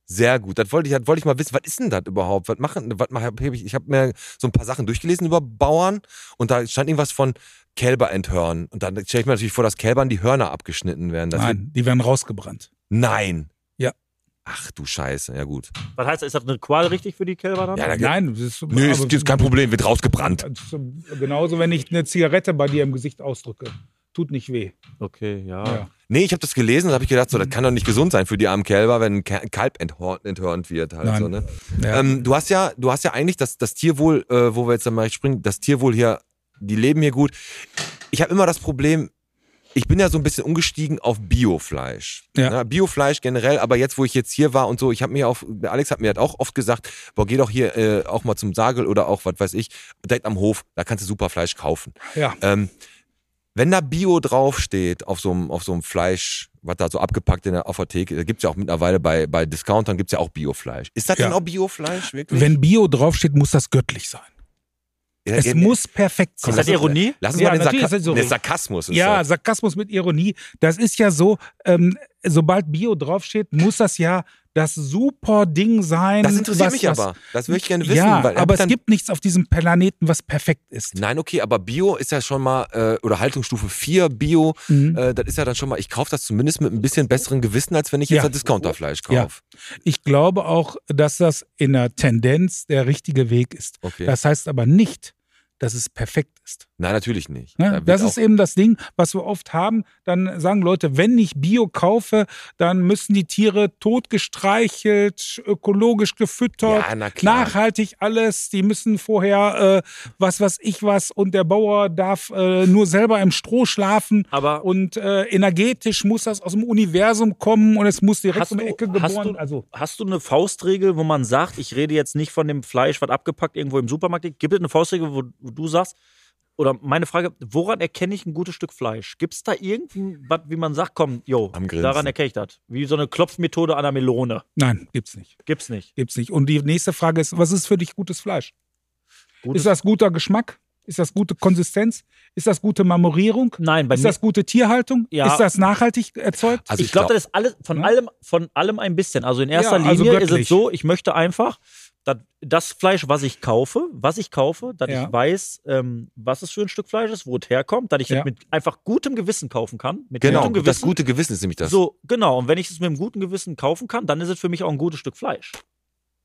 Sehr gut. Das wollte ich, das wollte ich mal wissen. Was ist denn das überhaupt? Was machen, was mach, ich ich habe mir so ein paar Sachen durchgelesen über Bauern und da stand irgendwas von Kälber enthören. Und dann stelle ich mir natürlich vor, dass Kälbern die Hörner abgeschnitten werden. Das Wird, Nein, die werden rausgebrannt. nein. Ja. Ach du Scheiße. Ja, gut. Was heißt das? Ist das eine Qual richtig für die Kälber dann? Ja, da, Nein, das ist, Nö, ist, aber- ist kein Problem, wird rausgebrannt. Das ist Genauso, wenn ich eine Zigarette bei dir im Gesicht ausdrücke. Tut nicht weh. Okay, ja. Ja. Nee, ich habe das gelesen und habe ich gedacht, so, Mhm. das kann doch nicht gesund sein für die armen Kälber, wenn ein Ke- ein Kalb enthor- enthörnt wird. Halt, Nein. So, ne? Ja. ähm, du hast ja, du hast ja eigentlich das, das Tierwohl, äh, wo wir jetzt dann mal springen, das Tierwohl hier, die leben hier gut. Ich habe immer das Problem, ich bin ja so ein bisschen umgestiegen auf Biofleisch. Ja. Ne? Biofleisch generell, aber jetzt, wo ich jetzt hier war und so, ich habe mir auf, der Alex hat mir halt auch oft gesagt, boah, geh doch hier äh, auch mal zum Sagel oder auch, was weiß ich, direkt am Hof, da kannst du super Fleisch kaufen. ja. Ähm, wenn da Bio draufsteht auf so einem, auf so einem Fleisch, was da so abgepackt in der, auf der Theke, da gibt's ja auch mittlerweile bei, bei Discountern gibt's ja auch Biofleisch. Ist das Ja. denn auch Biofleisch wirklich? Wenn Bio draufsteht, muss das göttlich sein. Ja, Es ja, muss perfekt sein. Ist das Ironie? Lass uns Ja, mal den, natürlich Sarka ist das so. den Sarkasmus. ist Ja, das. Sarkasmus mit Ironie. Das ist ja so, ähm, sobald Bio draufsteht, muss das ja das super Ding sein. das interessiert was- mich was- aber. Das will ich gerne wissen. ja, weil, hab aber ich es dann- gibt nichts auf diesem Planeten, was perfekt ist. Nein, okay, aber Bio ist ja schon mal, äh, oder Haltungsstufe 4 Bio, Mhm. äh, das ist ja dann schon mal, ich kaufe das zumindest mit ein bisschen besserem Gewissen, als wenn ich jetzt Ja. das Discounterfleisch Ja. kaufe. Ich glaube auch, dass das in der Tendenz der richtige Weg ist. Okay. Das heißt aber nicht, dass es perfekt ist. Nein, natürlich nicht. Da Ne? wird Das auch- ist eben das Ding, was wir oft haben. Dann sagen Leute, wenn ich Bio kaufe, dann müssen die Tiere totgestreichelt, ökologisch gefüttert, ja, na klar. nachhaltig alles. Die müssen vorher äh, was, was ich was und der Bauer darf äh, nur selber im Stroh schlafen. Aber Und äh, energetisch muss das aus dem Universum kommen und es muss direkt Hast um die du- Ecke hast geboren. du- also hast du eine Faustregel, wo man sagt, ich rede jetzt nicht von dem Fleisch, was abgepackt irgendwo im Supermarkt liegt? Gibt es eine Faustregel, wo, wo du sagst, oder meine Frage, woran erkenne ich ein gutes Stück Fleisch? Gibt es da irgendwas, wie man sagt, komm, jo, Am Grinsen. daran erkenne ich das? Wie so eine Klopfmethode an der Melone. nein, gibt's nicht. Gibt's nicht. Gibt's nicht. Und die nächste Frage ist, was ist für dich gutes Fleisch? Gutes- ist das guter Geschmack? Ist das gute Konsistenz? Ist das gute Marmorierung? Nein, bei Ist mir- das gute Tierhaltung? Ja. Ist das nachhaltig erzeugt? also ich glaube, glaub- das ist alles von Hm? allem, von allem ein bisschen. Also in erster Ja, also Linie ist göttlich. es so, ich möchte einfach dass das Fleisch, was ich kaufe, was ich kaufe, dass Ja. ich weiß, ähm, was es für ein Stück Fleisch ist, wo es herkommt, dass ich Ja. das mit einfach gutem Gewissen kaufen kann. Mit genau, gutem Gewissen. das gute Gewissen ist nämlich das. So, genau. Und wenn ich es mit einem guten Gewissen kaufen kann, dann ist es für mich auch ein gutes Stück Fleisch.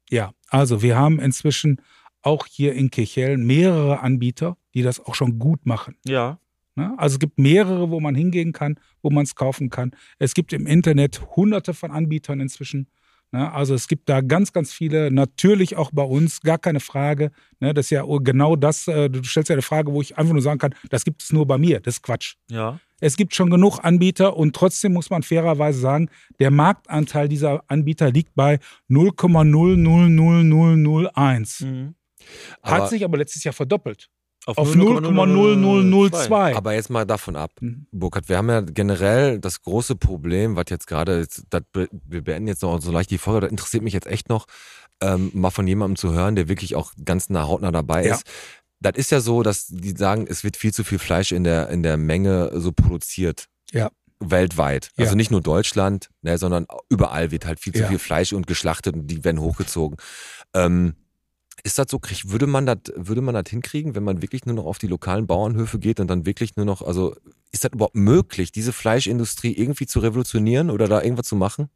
Ja, also wir haben inzwischen auch hier in Kirchhell mehrere Anbieter, die das auch schon gut machen. Ja. Ne? Also es gibt mehrere, wo man hingehen kann, wo man es kaufen kann. Es gibt im Internet hunderte von Anbietern inzwischen. Ne? Also es gibt da ganz, ganz viele, natürlich auch bei uns, gar keine Frage. Ne? Das ist ja genau das, äh, du stellst ja eine Frage, wo ich einfach nur sagen kann, das gibt es nur bei mir, das ist Quatsch. Ja. Es gibt schon genug Anbieter und trotzdem muss man fairerweise sagen, der Marktanteil dieser Anbieter liegt bei 0,000001. Mhm. aber, Hat sich aber letztes Jahr verdoppelt. Auf 0,0002. 0,0002. aber jetzt mal davon ab. Mhm. Burkhard, wir haben ja generell das große Problem, was jetzt gerade, ist, das be- wir beenden jetzt noch so leicht die Folge, das interessiert mich jetzt echt noch, ähm, mal von jemandem zu hören, der wirklich auch ganz nah hautnah dabei Ja. ist. Das ist ja so, dass die sagen, es wird viel zu viel Fleisch in der, in der Menge so produziert. Ja. Weltweit. Also Ja. nicht nur Deutschland, ne, sondern überall wird halt viel zu Ja. viel Fleisch und geschlachtet und die werden hochgezogen. Ähm, ist das so, krieg- würde man das, würde man das hinkriegen, wenn man wirklich nur noch auf die lokalen Bauernhöfe geht und dann wirklich nur noch, also ist das überhaupt möglich, diese Fleischindustrie irgendwie zu revolutionieren oder da irgendwas zu machen?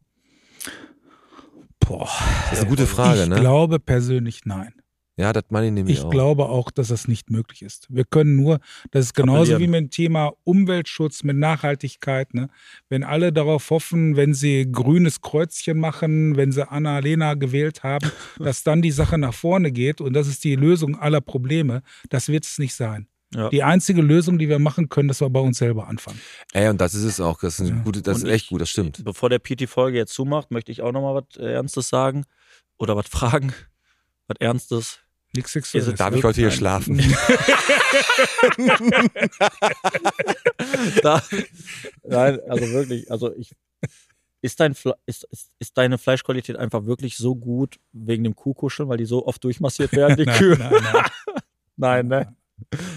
Boah, Das ist eine gute Frage, Äh, ich ne? glaube persönlich nein. ja, das meine ich nämlich Ich auch. glaube auch, dass das nicht möglich ist. Wir können nur, das ist genauso Appellieren. wie mit dem Thema Umweltschutz, mit Nachhaltigkeit. Ne? Wenn alle darauf hoffen, wenn sie grünes Kreuzchen machen, wenn sie Anna-Lena gewählt haben, dass dann die Sache nach vorne geht und das ist die Lösung aller Probleme, das wird es nicht sein. Ja. Die einzige Lösung, die wir machen können, dass wir bei uns selber anfangen. Ey, und das ist es auch. Das ist, ein Ja. gute, das ist Und echt ich- gut, das stimmt. Also Bevor der Pete die Folge jetzt zumacht, möchte ich auch nochmal was äh, Ernstes sagen. Oder was fragen. Was Ernstes. Nichts Ist Sexuelles. ne? es- Also Darf ich heute hier Nein. schlafen? da, nein, also wirklich, also ich. Ist, dein Fle ist, ist, ist deine Fleischqualität einfach wirklich so gut wegen dem Kuhkuscheln, weil die so oft durchmassiert werden, die Nein, Kühe? nein, nein. Nein, ne?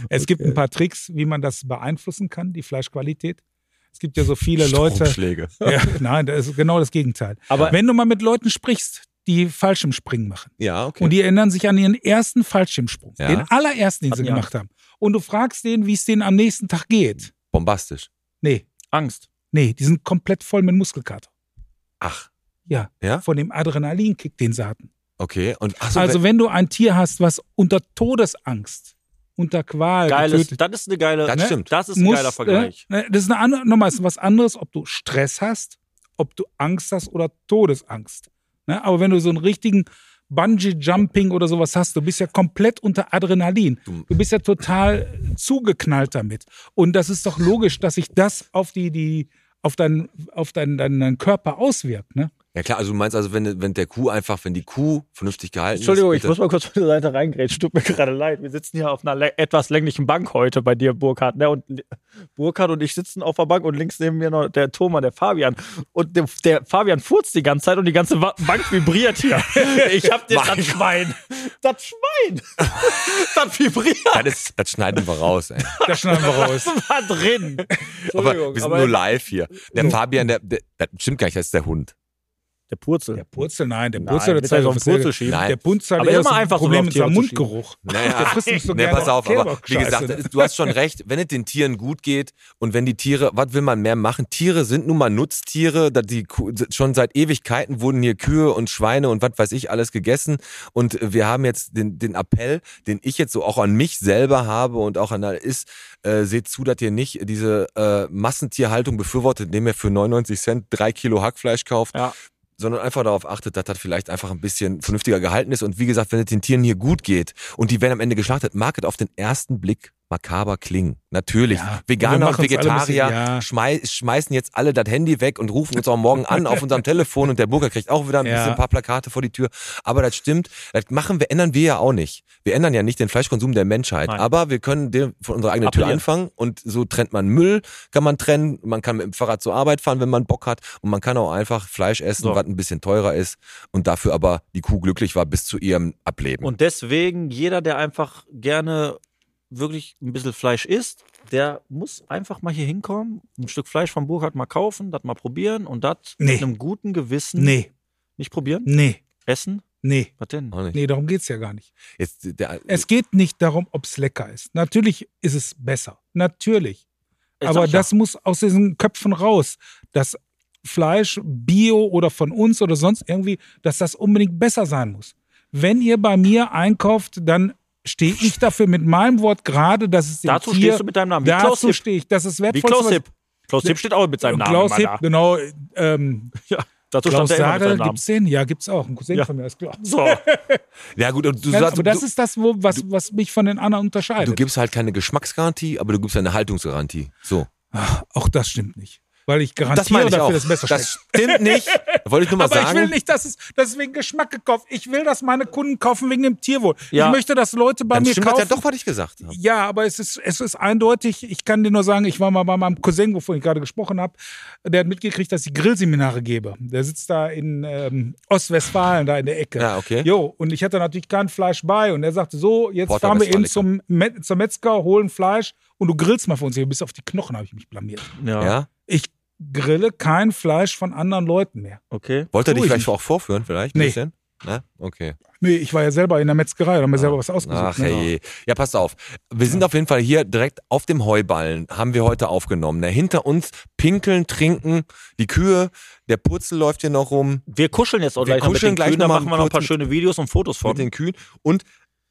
Es gibt ein paar Tricks, wie man das beeinflussen kann, die Fleischqualität. Es gibt ja so viele Leute. Stromschläge. Ja, nein, das ist genau das Gegenteil. Aber- wenn du mal mit Leuten sprichst, die Fallschirmspringen machen Ja, okay. und die erinnern sich an ihren ersten Fallschirmsprung, Ja. den allerersten, den Hatten sie ja. gemacht haben, und du fragst denen, wie es denen am nächsten Tag geht. Bombastisch. Nee, Angst. nee, die sind komplett voll mit Muskelkater. Ach, Ja, Ja? von dem Adrenalinkick, den sie hatten. okay. Und ach so, Also, wenn du ein Tier hast, was unter Todesangst, unter Qual Geiles, getötet das ist eine geile, Das ne? stimmt. das ist ein muss, geiler Vergleich. Ne, das ist eine andere, nochmal, ist was anderes, ob du Stress hast, ob du Angst hast oder Todesangst. Ne? Aber wenn du so einen richtigen Bungee-Jumping oder sowas hast, du bist ja komplett unter Adrenalin. Du- Du bist ja total zugeknallt damit. Und das ist doch logisch, dass sich das auf die, die auf deinen auf deinen, deinen, deinen Körper auswirkt. Ne? Ja klar, also du meinst also, wenn, wenn der Kuh einfach, wenn die Kuh vernünftig gehalten Entschuldigung, ist. ich muss bitte. mal kurz von der Seite reingrätschen. Tut mir gerade leid. Wir sitzen hier auf einer lä- etwas länglichen Bank heute bei dir, Burkhard. Ne? Und li- Burkhard und ich sitzen auf der Bank und links neben mir noch der Thomas, der Fabian. Und der, der Fabian furzt die ganze Zeit und die ganze Wa- Bank vibriert hier. Ich hab dir das Schwein. Das Schwein. Das vibriert. das, ist, das schneiden wir raus, ey. Das schneiden wir raus. Das war drin. Aber Entschuldigung, wir sind aber nur live hier. Der Fabian, der, der, das stimmt gar nicht, das ist der Hund. der Purzel. Der Purzel, nein, der Nein, Purzel, der bitte zeigt so auf einen das Säge. Purzel schieben. Nein. Der Purzel hat Aber eher immer das einfach so Problem auf mit Tiere seinem zu Mundgeruch. Naja. Der frisst nicht so Ne, gerne pass auf, aber wie Kälberscheiße, gesagt, ne? du hast schon recht, wenn es den Tieren gut geht und wenn die Tiere, was will man mehr machen? Tiere sind nun mal Nutztiere, da die Kuh, schon seit Ewigkeiten wurden hier Kühe und Schweine und was weiß ich alles gegessen und wir haben jetzt den, den Appell, den ich jetzt so auch an mich selber habe und auch an alle ist, äh, seht zu, dass ihr nicht diese äh, Massentierhaltung befürwortet, indem ihr für 99 Cent drei Kilo Hackfleisch kauft, Ja. sondern einfach darauf achtet, dass das vielleicht einfach ein bisschen vernünftiger gehalten ist. Und wie gesagt, wenn es den Tieren hier gut geht und die werden am Ende geschlachtet, mag es auf den ersten Blick makaber klingen. Natürlich. Ja, wir Veganer und machen's alle ein bisschen- Vegetarier ja. schmei schmeißen jetzt alle das Handy weg und rufen uns auch morgen an auf unserem Telefon und der Burger kriegt auch wieder ein, Ja. bisschen ein paar Plakate vor die Tür. Aber das stimmt. Das machen wir, ändern wir ja auch nicht. Wir ändern ja nicht den Fleischkonsum der Menschheit. Nein. Aber wir können dem von unserer eigenen Tür Appellieren. anfangen und so trennt man Müll, kann man trennen. Man kann mit dem Fahrrad zur Arbeit fahren, wenn man Bock hat. Und man kann auch einfach Fleisch essen, So. was ein bisschen teurer ist und dafür aber die Kuh glücklich war bis zu ihrem Ableben. Und deswegen, jeder, der einfach gerne wirklich ein bisschen Fleisch isst, der muss einfach mal hier hinkommen, ein Stück Fleisch von Burkhardt mal kaufen, das mal probieren und das Nee. mit einem guten Gewissen Nee, nicht probieren, nee, essen. nee. Was denn? Auch nicht. Nee, darum geht's ja gar nicht. Jetzt, äh, der, Es geht nicht darum, ob's lecker ist. Natürlich ist es besser. Natürlich. Ich Aber sag ja, das muss aus diesen Köpfen raus, dass Fleisch, Bio oder von uns oder sonst irgendwie, dass das unbedingt besser sein muss. Wenn ihr bei mir einkauft, dann stehe ich dafür mit meinem Wort gerade, dass es dem Dazu Tier, stehst du mit deinem Namen. Wie Klaus dazu Hipp. stehe ich, dass es Wie wertvoll Klaus Hipp. Klaus Hipp steht auch mit seinem Namen Klaus immer Hipp, da. genau. Ähm, Ja, dazu Klaus stand er immer mit Sarel, seinem Namen. gibt's den? Ja, gibt's auch. Ein Cousin Ja. von mir ist Klaus. So, ja gut, und du Ganz, sagst, aber das du, ist das, wo, was, was mich von den anderen du unterscheidet. gibst halt keine Geschmacksgarantie, aber du gibst eine Haltungsgarantie. So. Auch das stimmt nicht. Weil ich Das garantiere meine ich dafür, auch. dass es besser schmeckt. das stimmt nicht. Wollte ich nur mal Aber sagen. ich will nicht, dass es deswegen Geschmack gekauft. Ich will, dass meine Kunden kaufen wegen dem Tierwohl. Ja. Ich möchte, dass Leute bei Dann mir stimmt das kaufen. ja doch, was ich gesagt habe. Ja, aber es ist, es ist eindeutig. Ich kann dir nur sagen, ich war mal bei meinem Cousin, wovon ich gerade gesprochen habe. Der hat mitgekriegt, dass ich Grillseminare gebe. Der sitzt da in ähm, Ostwestfalen, da in der Ecke. Ja, okay. Jo, und ich hatte natürlich kein Fleisch bei. Und er sagte, so, jetzt Porter fahren wir eben Westfalica. zum, Me zum Metzger, holen Fleisch und du grillst mal für uns. Hier bis auf die Knochen habe ich mich blamiert. ja, Ja? Ich grille kein Fleisch von anderen Leuten mehr. okay. Wollte er Tu dich ich vielleicht nicht. auch vorführen, vielleicht? ein Nee. bisschen? Na? Okay. Nee, ich war ja selber in der Metzgerei, da haben wir selber was ausgesucht. Ah. Ach ne? hey. Ja, passt auf. Wir sind auf jeden Fall hier direkt auf dem Heuballen, haben wir heute aufgenommen. Da hinter uns pinkeln, trinken, die Kühe, der Purzel läuft hier noch rum Wir kuscheln jetzt auch Wir gleich noch mit kuscheln den gleich Kühen, noch dann mal machen wir noch ein paar kurz schöne Videos und Fotos mit von. den Kühen. Und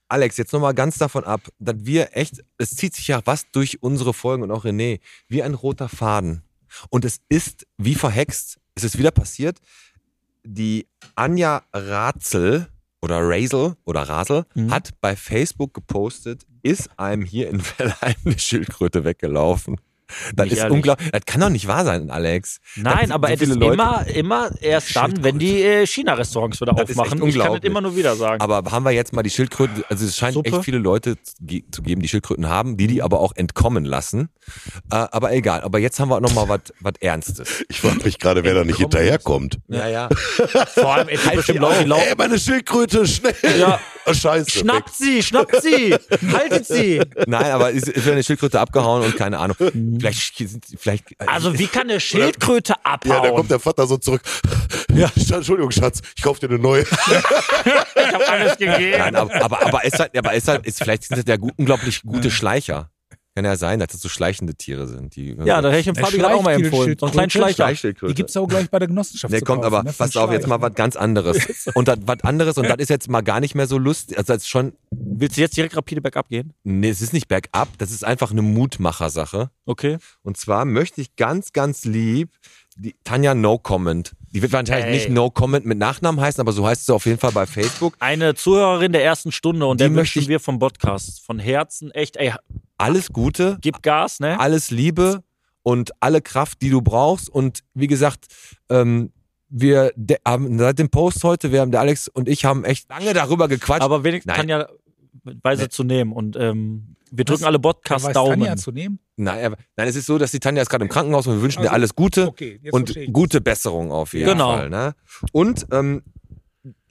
Alex, jetzt nochmal ganz davon ab, dass wir echt, es zieht sich ja was durch unsere Folgen und auch René, wie ein roter Faden. Und es ist wie verhext, es ist wieder passiert, die Anja Ratzel oder Razel oder Rasel Mhm. hat bei Facebook gepostet, ist einem hier in Wellheim eine Schildkröte weggelaufen. Das Nicht ist ehrlich. unglaublich. Das kann doch nicht wahr sein, Alex. Nein, Das- aber so es ist viele Leute- immer, immer erst dann, wenn die äh, China-Restaurants wieder Das ist echt aufmachen. Ich kann das unglaublich. immer nur wieder sagen. Aber haben wir jetzt mal die Schildkröten, also es scheint Suppe? echt viele Leute zu ge- zu geben, die Schildkröten haben, die die aber auch entkommen lassen. Äh, aber egal, aber jetzt haben wir auch nochmal was was Ernstes. Ich frage mich gerade, wer da nicht hinterherkommt. Ja, ja. Vor allem, ey, Halt bestimmt die Leute, die laufen Ey, meine Schildkröte, schnell! Ja. Oh, Scheiße. Schnappt sie, schnappt sie, haltet sie. Nein, aber ist, ist eine Schildkröte abgehauen und keine Ahnung. Vielleicht, sind- vielleicht äh, Also wie kann eine Schildkröte Ja, da abhauen? kommt der Vater so zurück. Ja, Entschuldigung, Schatz, ich kauf dir eine neue. ich habe alles gegeben. Nein, aber, aber, aber ist halt, aber ist halt, ist, vielleicht sind das ja gu- unglaublich gute Schleicher. Kann ja sein, dass das so schleichende Tiere sind. Die, äh, Ja, da hätte ich dem Er Fabi gerade auch mal schleicht die empfohlen. So einen kleinen Schildkröte. Schleicher. Die Schleichschildkröte. gibt's auch gleich bei der Genossenschaft. Nee, zu kommt kaufen, aber, ne, für pass einen auf, jetzt Schleier. mal was ganz anderes. Und das was anderes, und das ist jetzt mal gar nicht mehr so lustig. Also das ist schon, Willst du jetzt direkt rapide bergab gehen? nee, es ist nicht bergab, das ist einfach eine Mutmacher-Sache. Okay. Und zwar möchte ich ganz, ganz lieb die Tanja No Comment. Die wird wahrscheinlich Ey. nicht No Comment mit Nachnamen heißen, aber so heißt sie auf jeden Fall bei Facebook. Eine Zuhörerin der ersten Stunde und Die der möchte möchten ich- wir vom Podcast. Von Herzen echt, ey, Alles Gute, gib Gas, ne? alles Liebe und alle Kraft, die du brauchst. Und wie gesagt, ähm, wir de- haben seit dem Post heute, wir haben der Alex und ich haben echt lange darüber gequatscht. Aber wenigstens Nein. Tanja Weise zu nehmen. Und ähm, wir Was? drücken alle Weiß Podcast-Daumen. Tanja zu nehmen? nein, aber- nein, es ist so, dass die Tanja ist gerade im Krankenhaus und wir wünschen dir Also, alles Gute Okay, jetzt Äh, und verstehe ich. gute Besserung auf jeden Genau. Fall. Ne? Und ähm,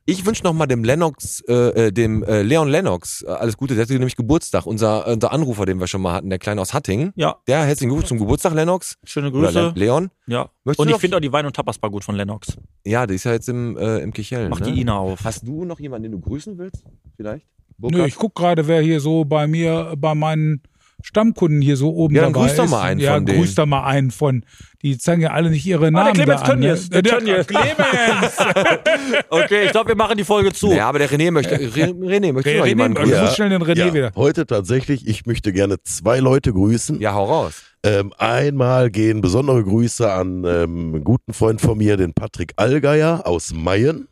ich wünsche nochmal dem Lennox, äh, äh, dem äh, Leon Lennox äh, alles Gute. Der hatte nämlich Geburtstag. Unser, äh, unser Anrufer, den wir schon mal hatten, der Kleine aus Hattingen. Ja, Der herzlichen Glückwunsch zum Geburtstag, Lennox. schöne Oder Grüße. Le Leon. Ja. Möchtest Und du ich noch- finde auch die Wein- und Tapas-Bar gut von Lennox. Ja, der ist ja jetzt im, äh, im Kichellen. Mach ne? die Ina auf. Hast du noch jemanden, den du grüßen willst? Vielleicht? Nö, Burkhard? ich gucke gerade, wer hier so bei mir, äh, bei meinen Stammkunden hier so oben Ja, dann dabei grüß doch mal ist. einen ja, von grüß denen. doch mal einen von. Die zeigen ja alle nicht ihre Ah, Namen. der Clemens da an, Tönnies. ne? Der Tönnies. Clemens. Okay, ich glaube, wir machen die Folge zu. Ja, aber der René möchte, Äh, Re- René, möchtest du noch René, jemanden ich grüßen? Ja. muss schnell den René ja, wieder. heute tatsächlich, ich möchte gerne zwei Leute grüßen. Ja, hau raus. Ähm, einmal gehen besondere Grüße an ähm, einen guten Freund von mir, den Patrick Allgeier aus Mayen.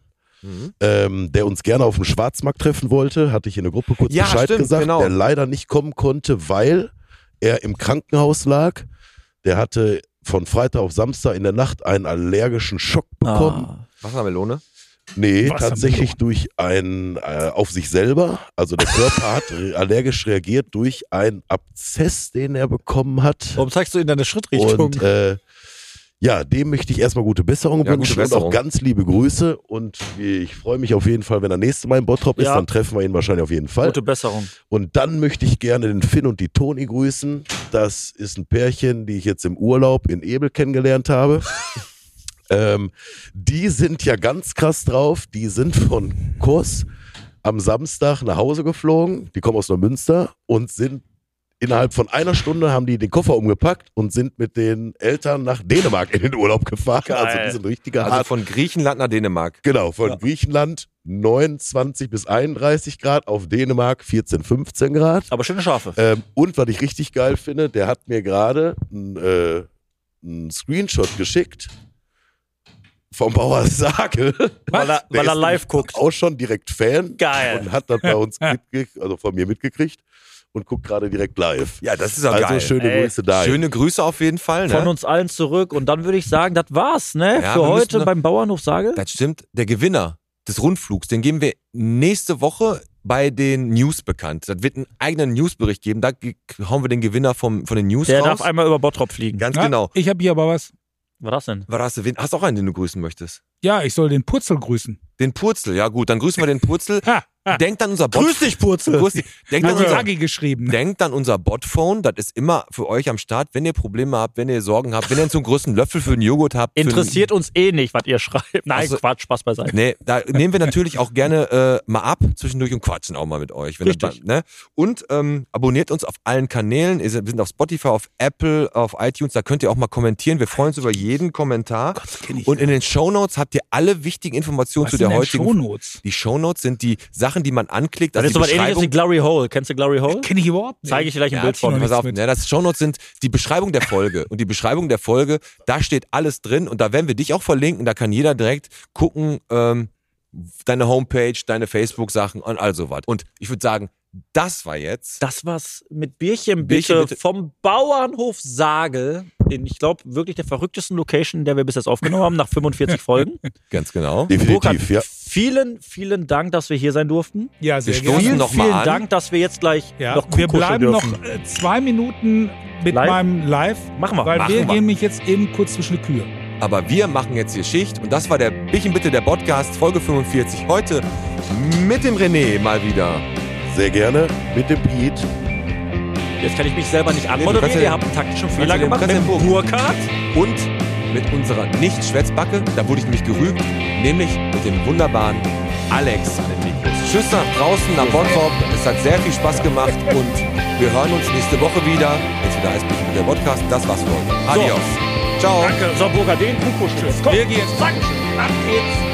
Mhm. Ähm, der uns gerne auf dem Schwarzmarkt treffen wollte, hatte ich in der Gruppe kurz Ja, Bescheid stimmt, gesagt, genau. der leider nicht kommen konnte, weil er im Krankenhaus lag. Der hatte von Freitag auf Samstag in der Nacht einen allergischen Schock bekommen. Ah. Wassermelone? Nee, Was haben tatsächlich durch ein äh, auf sich selber. Also der Körper hat re- allergisch reagiert durch einen Abszess, den er bekommen hat. Warum zeigst du in deine Schrittrichtung? Und äh, ja, dem möchte ich erstmal gute Besserung Ja, wünschen gute und auch Besserung. ganz liebe Grüße. Und ich freue mich auf jeden Fall, wenn er nächste Mal in Bottrop ist, Ja. dann treffen wir ihn wahrscheinlich auf jeden Fall. Gute Besserung. Und dann möchte ich gerne den Finn und die Toni grüßen. Das ist ein Pärchen, die ich jetzt im Urlaub in Ebel kennengelernt habe. ähm, die sind ja ganz krass drauf. Die sind von Kurs am Samstag nach Hause geflogen. Die kommen aus Neumünster und sind innerhalb von einer Stunde haben die den Koffer umgepackt und sind mit den Eltern nach Dänemark in den Urlaub gefahren. Geil. Also die sind richtige Also Hard von Griechenland nach Dänemark. Genau, von Griechenland 29 bis 31 Grad, auf Dänemark 14, 15 Grad. Aber schöne Schafe. Äh, Ähm, und was ich richtig geil finde, der hat mir gerade einen äh, einen Screenshot geschickt vom Bauer Sage. Weil er, Der weil er ist live nämlich guckt. Auch schon direkt Fan Geil. und hat das bei uns mitgekriegt, also von mir mitgekriegt und guckt gerade direkt live. Ja, das ist ja also geil. schöne Ey, Grüße da. Schöne Grüße auf jeden Fall. Ne? Von uns allen zurück. Und dann würde ich sagen, das war's, ne? Ja, Für wir müssen heute noch- beim Bauernhof sage. Das stimmt. Der Gewinner des Rundflugs, den geben wir nächste Woche bei den News bekannt. Das wird einen eigenen Newsbericht geben. Da ge- hauen wir den Gewinner vom, von den News Der raus. darf einmal über Bottrop fliegen. Ganz Ja, genau. Ich habe hier aber was. Was war das denn? Was hast du, wen, hast du auch einen, den du grüßen möchtest? Ja, ich soll den Purzel grüßen. Den Purzel. Ja gut, dann grüßen wir den Purzel. Ha, ha. Denkt an unser Bot. Grüß dich, Purzel. Denkt an Also unser Sagi geschrieben. Denkt an unser Botphone, das ist immer für euch am Start, wenn ihr Probleme habt, wenn ihr Sorgen habt, wenn ihr zum größten Löffel für den Joghurt habt. für den- Interessiert uns eh nicht, was ihr schreibt. Nein, Also- Quatsch, Spaß beiseite. Nee, da nehmen wir natürlich auch gerne äh, mal ab zwischendurch und quatschen auch mal mit euch. Wenn ihr Richtig. da- ne? Und ähm, abonniert uns auf allen Kanälen. Ihr seid- Wir sind auf Spotify, auf Apple, auf iTunes. Da könnt ihr auch mal kommentieren. Wir freuen uns über jeden Kommentar. und in den Shownotes habt ihr alle wichtigen Informationen Was zu sind der denn heutigen. Shownotes? Die Shownotes sind die Sachen, die man anklickt. Das Also ist die so was ähnliches wie Beschreibung. Glory Hole. Kennst du Glory Hole? Kenne ich überhaupt nicht. Zeige ich dir gleich im Ja, Bild hab ich noch von. nicht. Pass nichts auf, mit. ne, das Shownotes sind die Beschreibung der Folge. und die Beschreibung der Folge, da steht alles drin und da werden wir dich auch verlinken. Da kann jeder direkt gucken, ähm, deine Homepage, deine Facebook-Sachen und all sowas. Und ich würde sagen, das war jetzt. Das war's mit Bierchen bitte, Bierchen bitte. vom Bauernhof Sage in, ich glaube, wirklich der verrücktesten Location, in der wir bis jetzt aufgenommen haben, nach 45 Folgen. Ganz genau. Definitiv, Burkhard, ja. Vielen, vielen Dank, dass wir hier sein durften. Ja, sehr Wir gerne. stoßen Vielen, noch mal vielen an. Dank, dass wir jetzt gleich Ja, noch wir kuscheln bleiben dürfen. noch äh, zwei Minuten mit Live? meinem Live, Machen wir. weil machen wir wir. gehen mich jetzt eben kurz zwischen die Kühe. Aber wir machen jetzt hier Schicht und das war der Bierchen bitte der Podcast Folge 45 heute mit dem René mal wieder. Sehr gerne mit dem Pete. Jetzt kann ich mich selber nicht du kannst anmoderieren. ja- Ihr habt einen taktischen Fehler ja den gemacht mit dem Presse- Burkhardt. und mit unserer Nicht-Schwätzbacke, da wurde ich nämlich gerügt, nämlich mit dem wunderbaren Alex an den Mikros. Tschüss nach draußen, nach Bottrop. Es hat sehr viel Spaß gemacht und wir hören uns nächste Woche wieder. Jetzt wieder Eisbüchen mit der Podcast. Das war's für heute. Adios. Ciao. Danke. So, Burkhardt, den Kuckuck. Komm, wir gehen. Zack, ab geht's.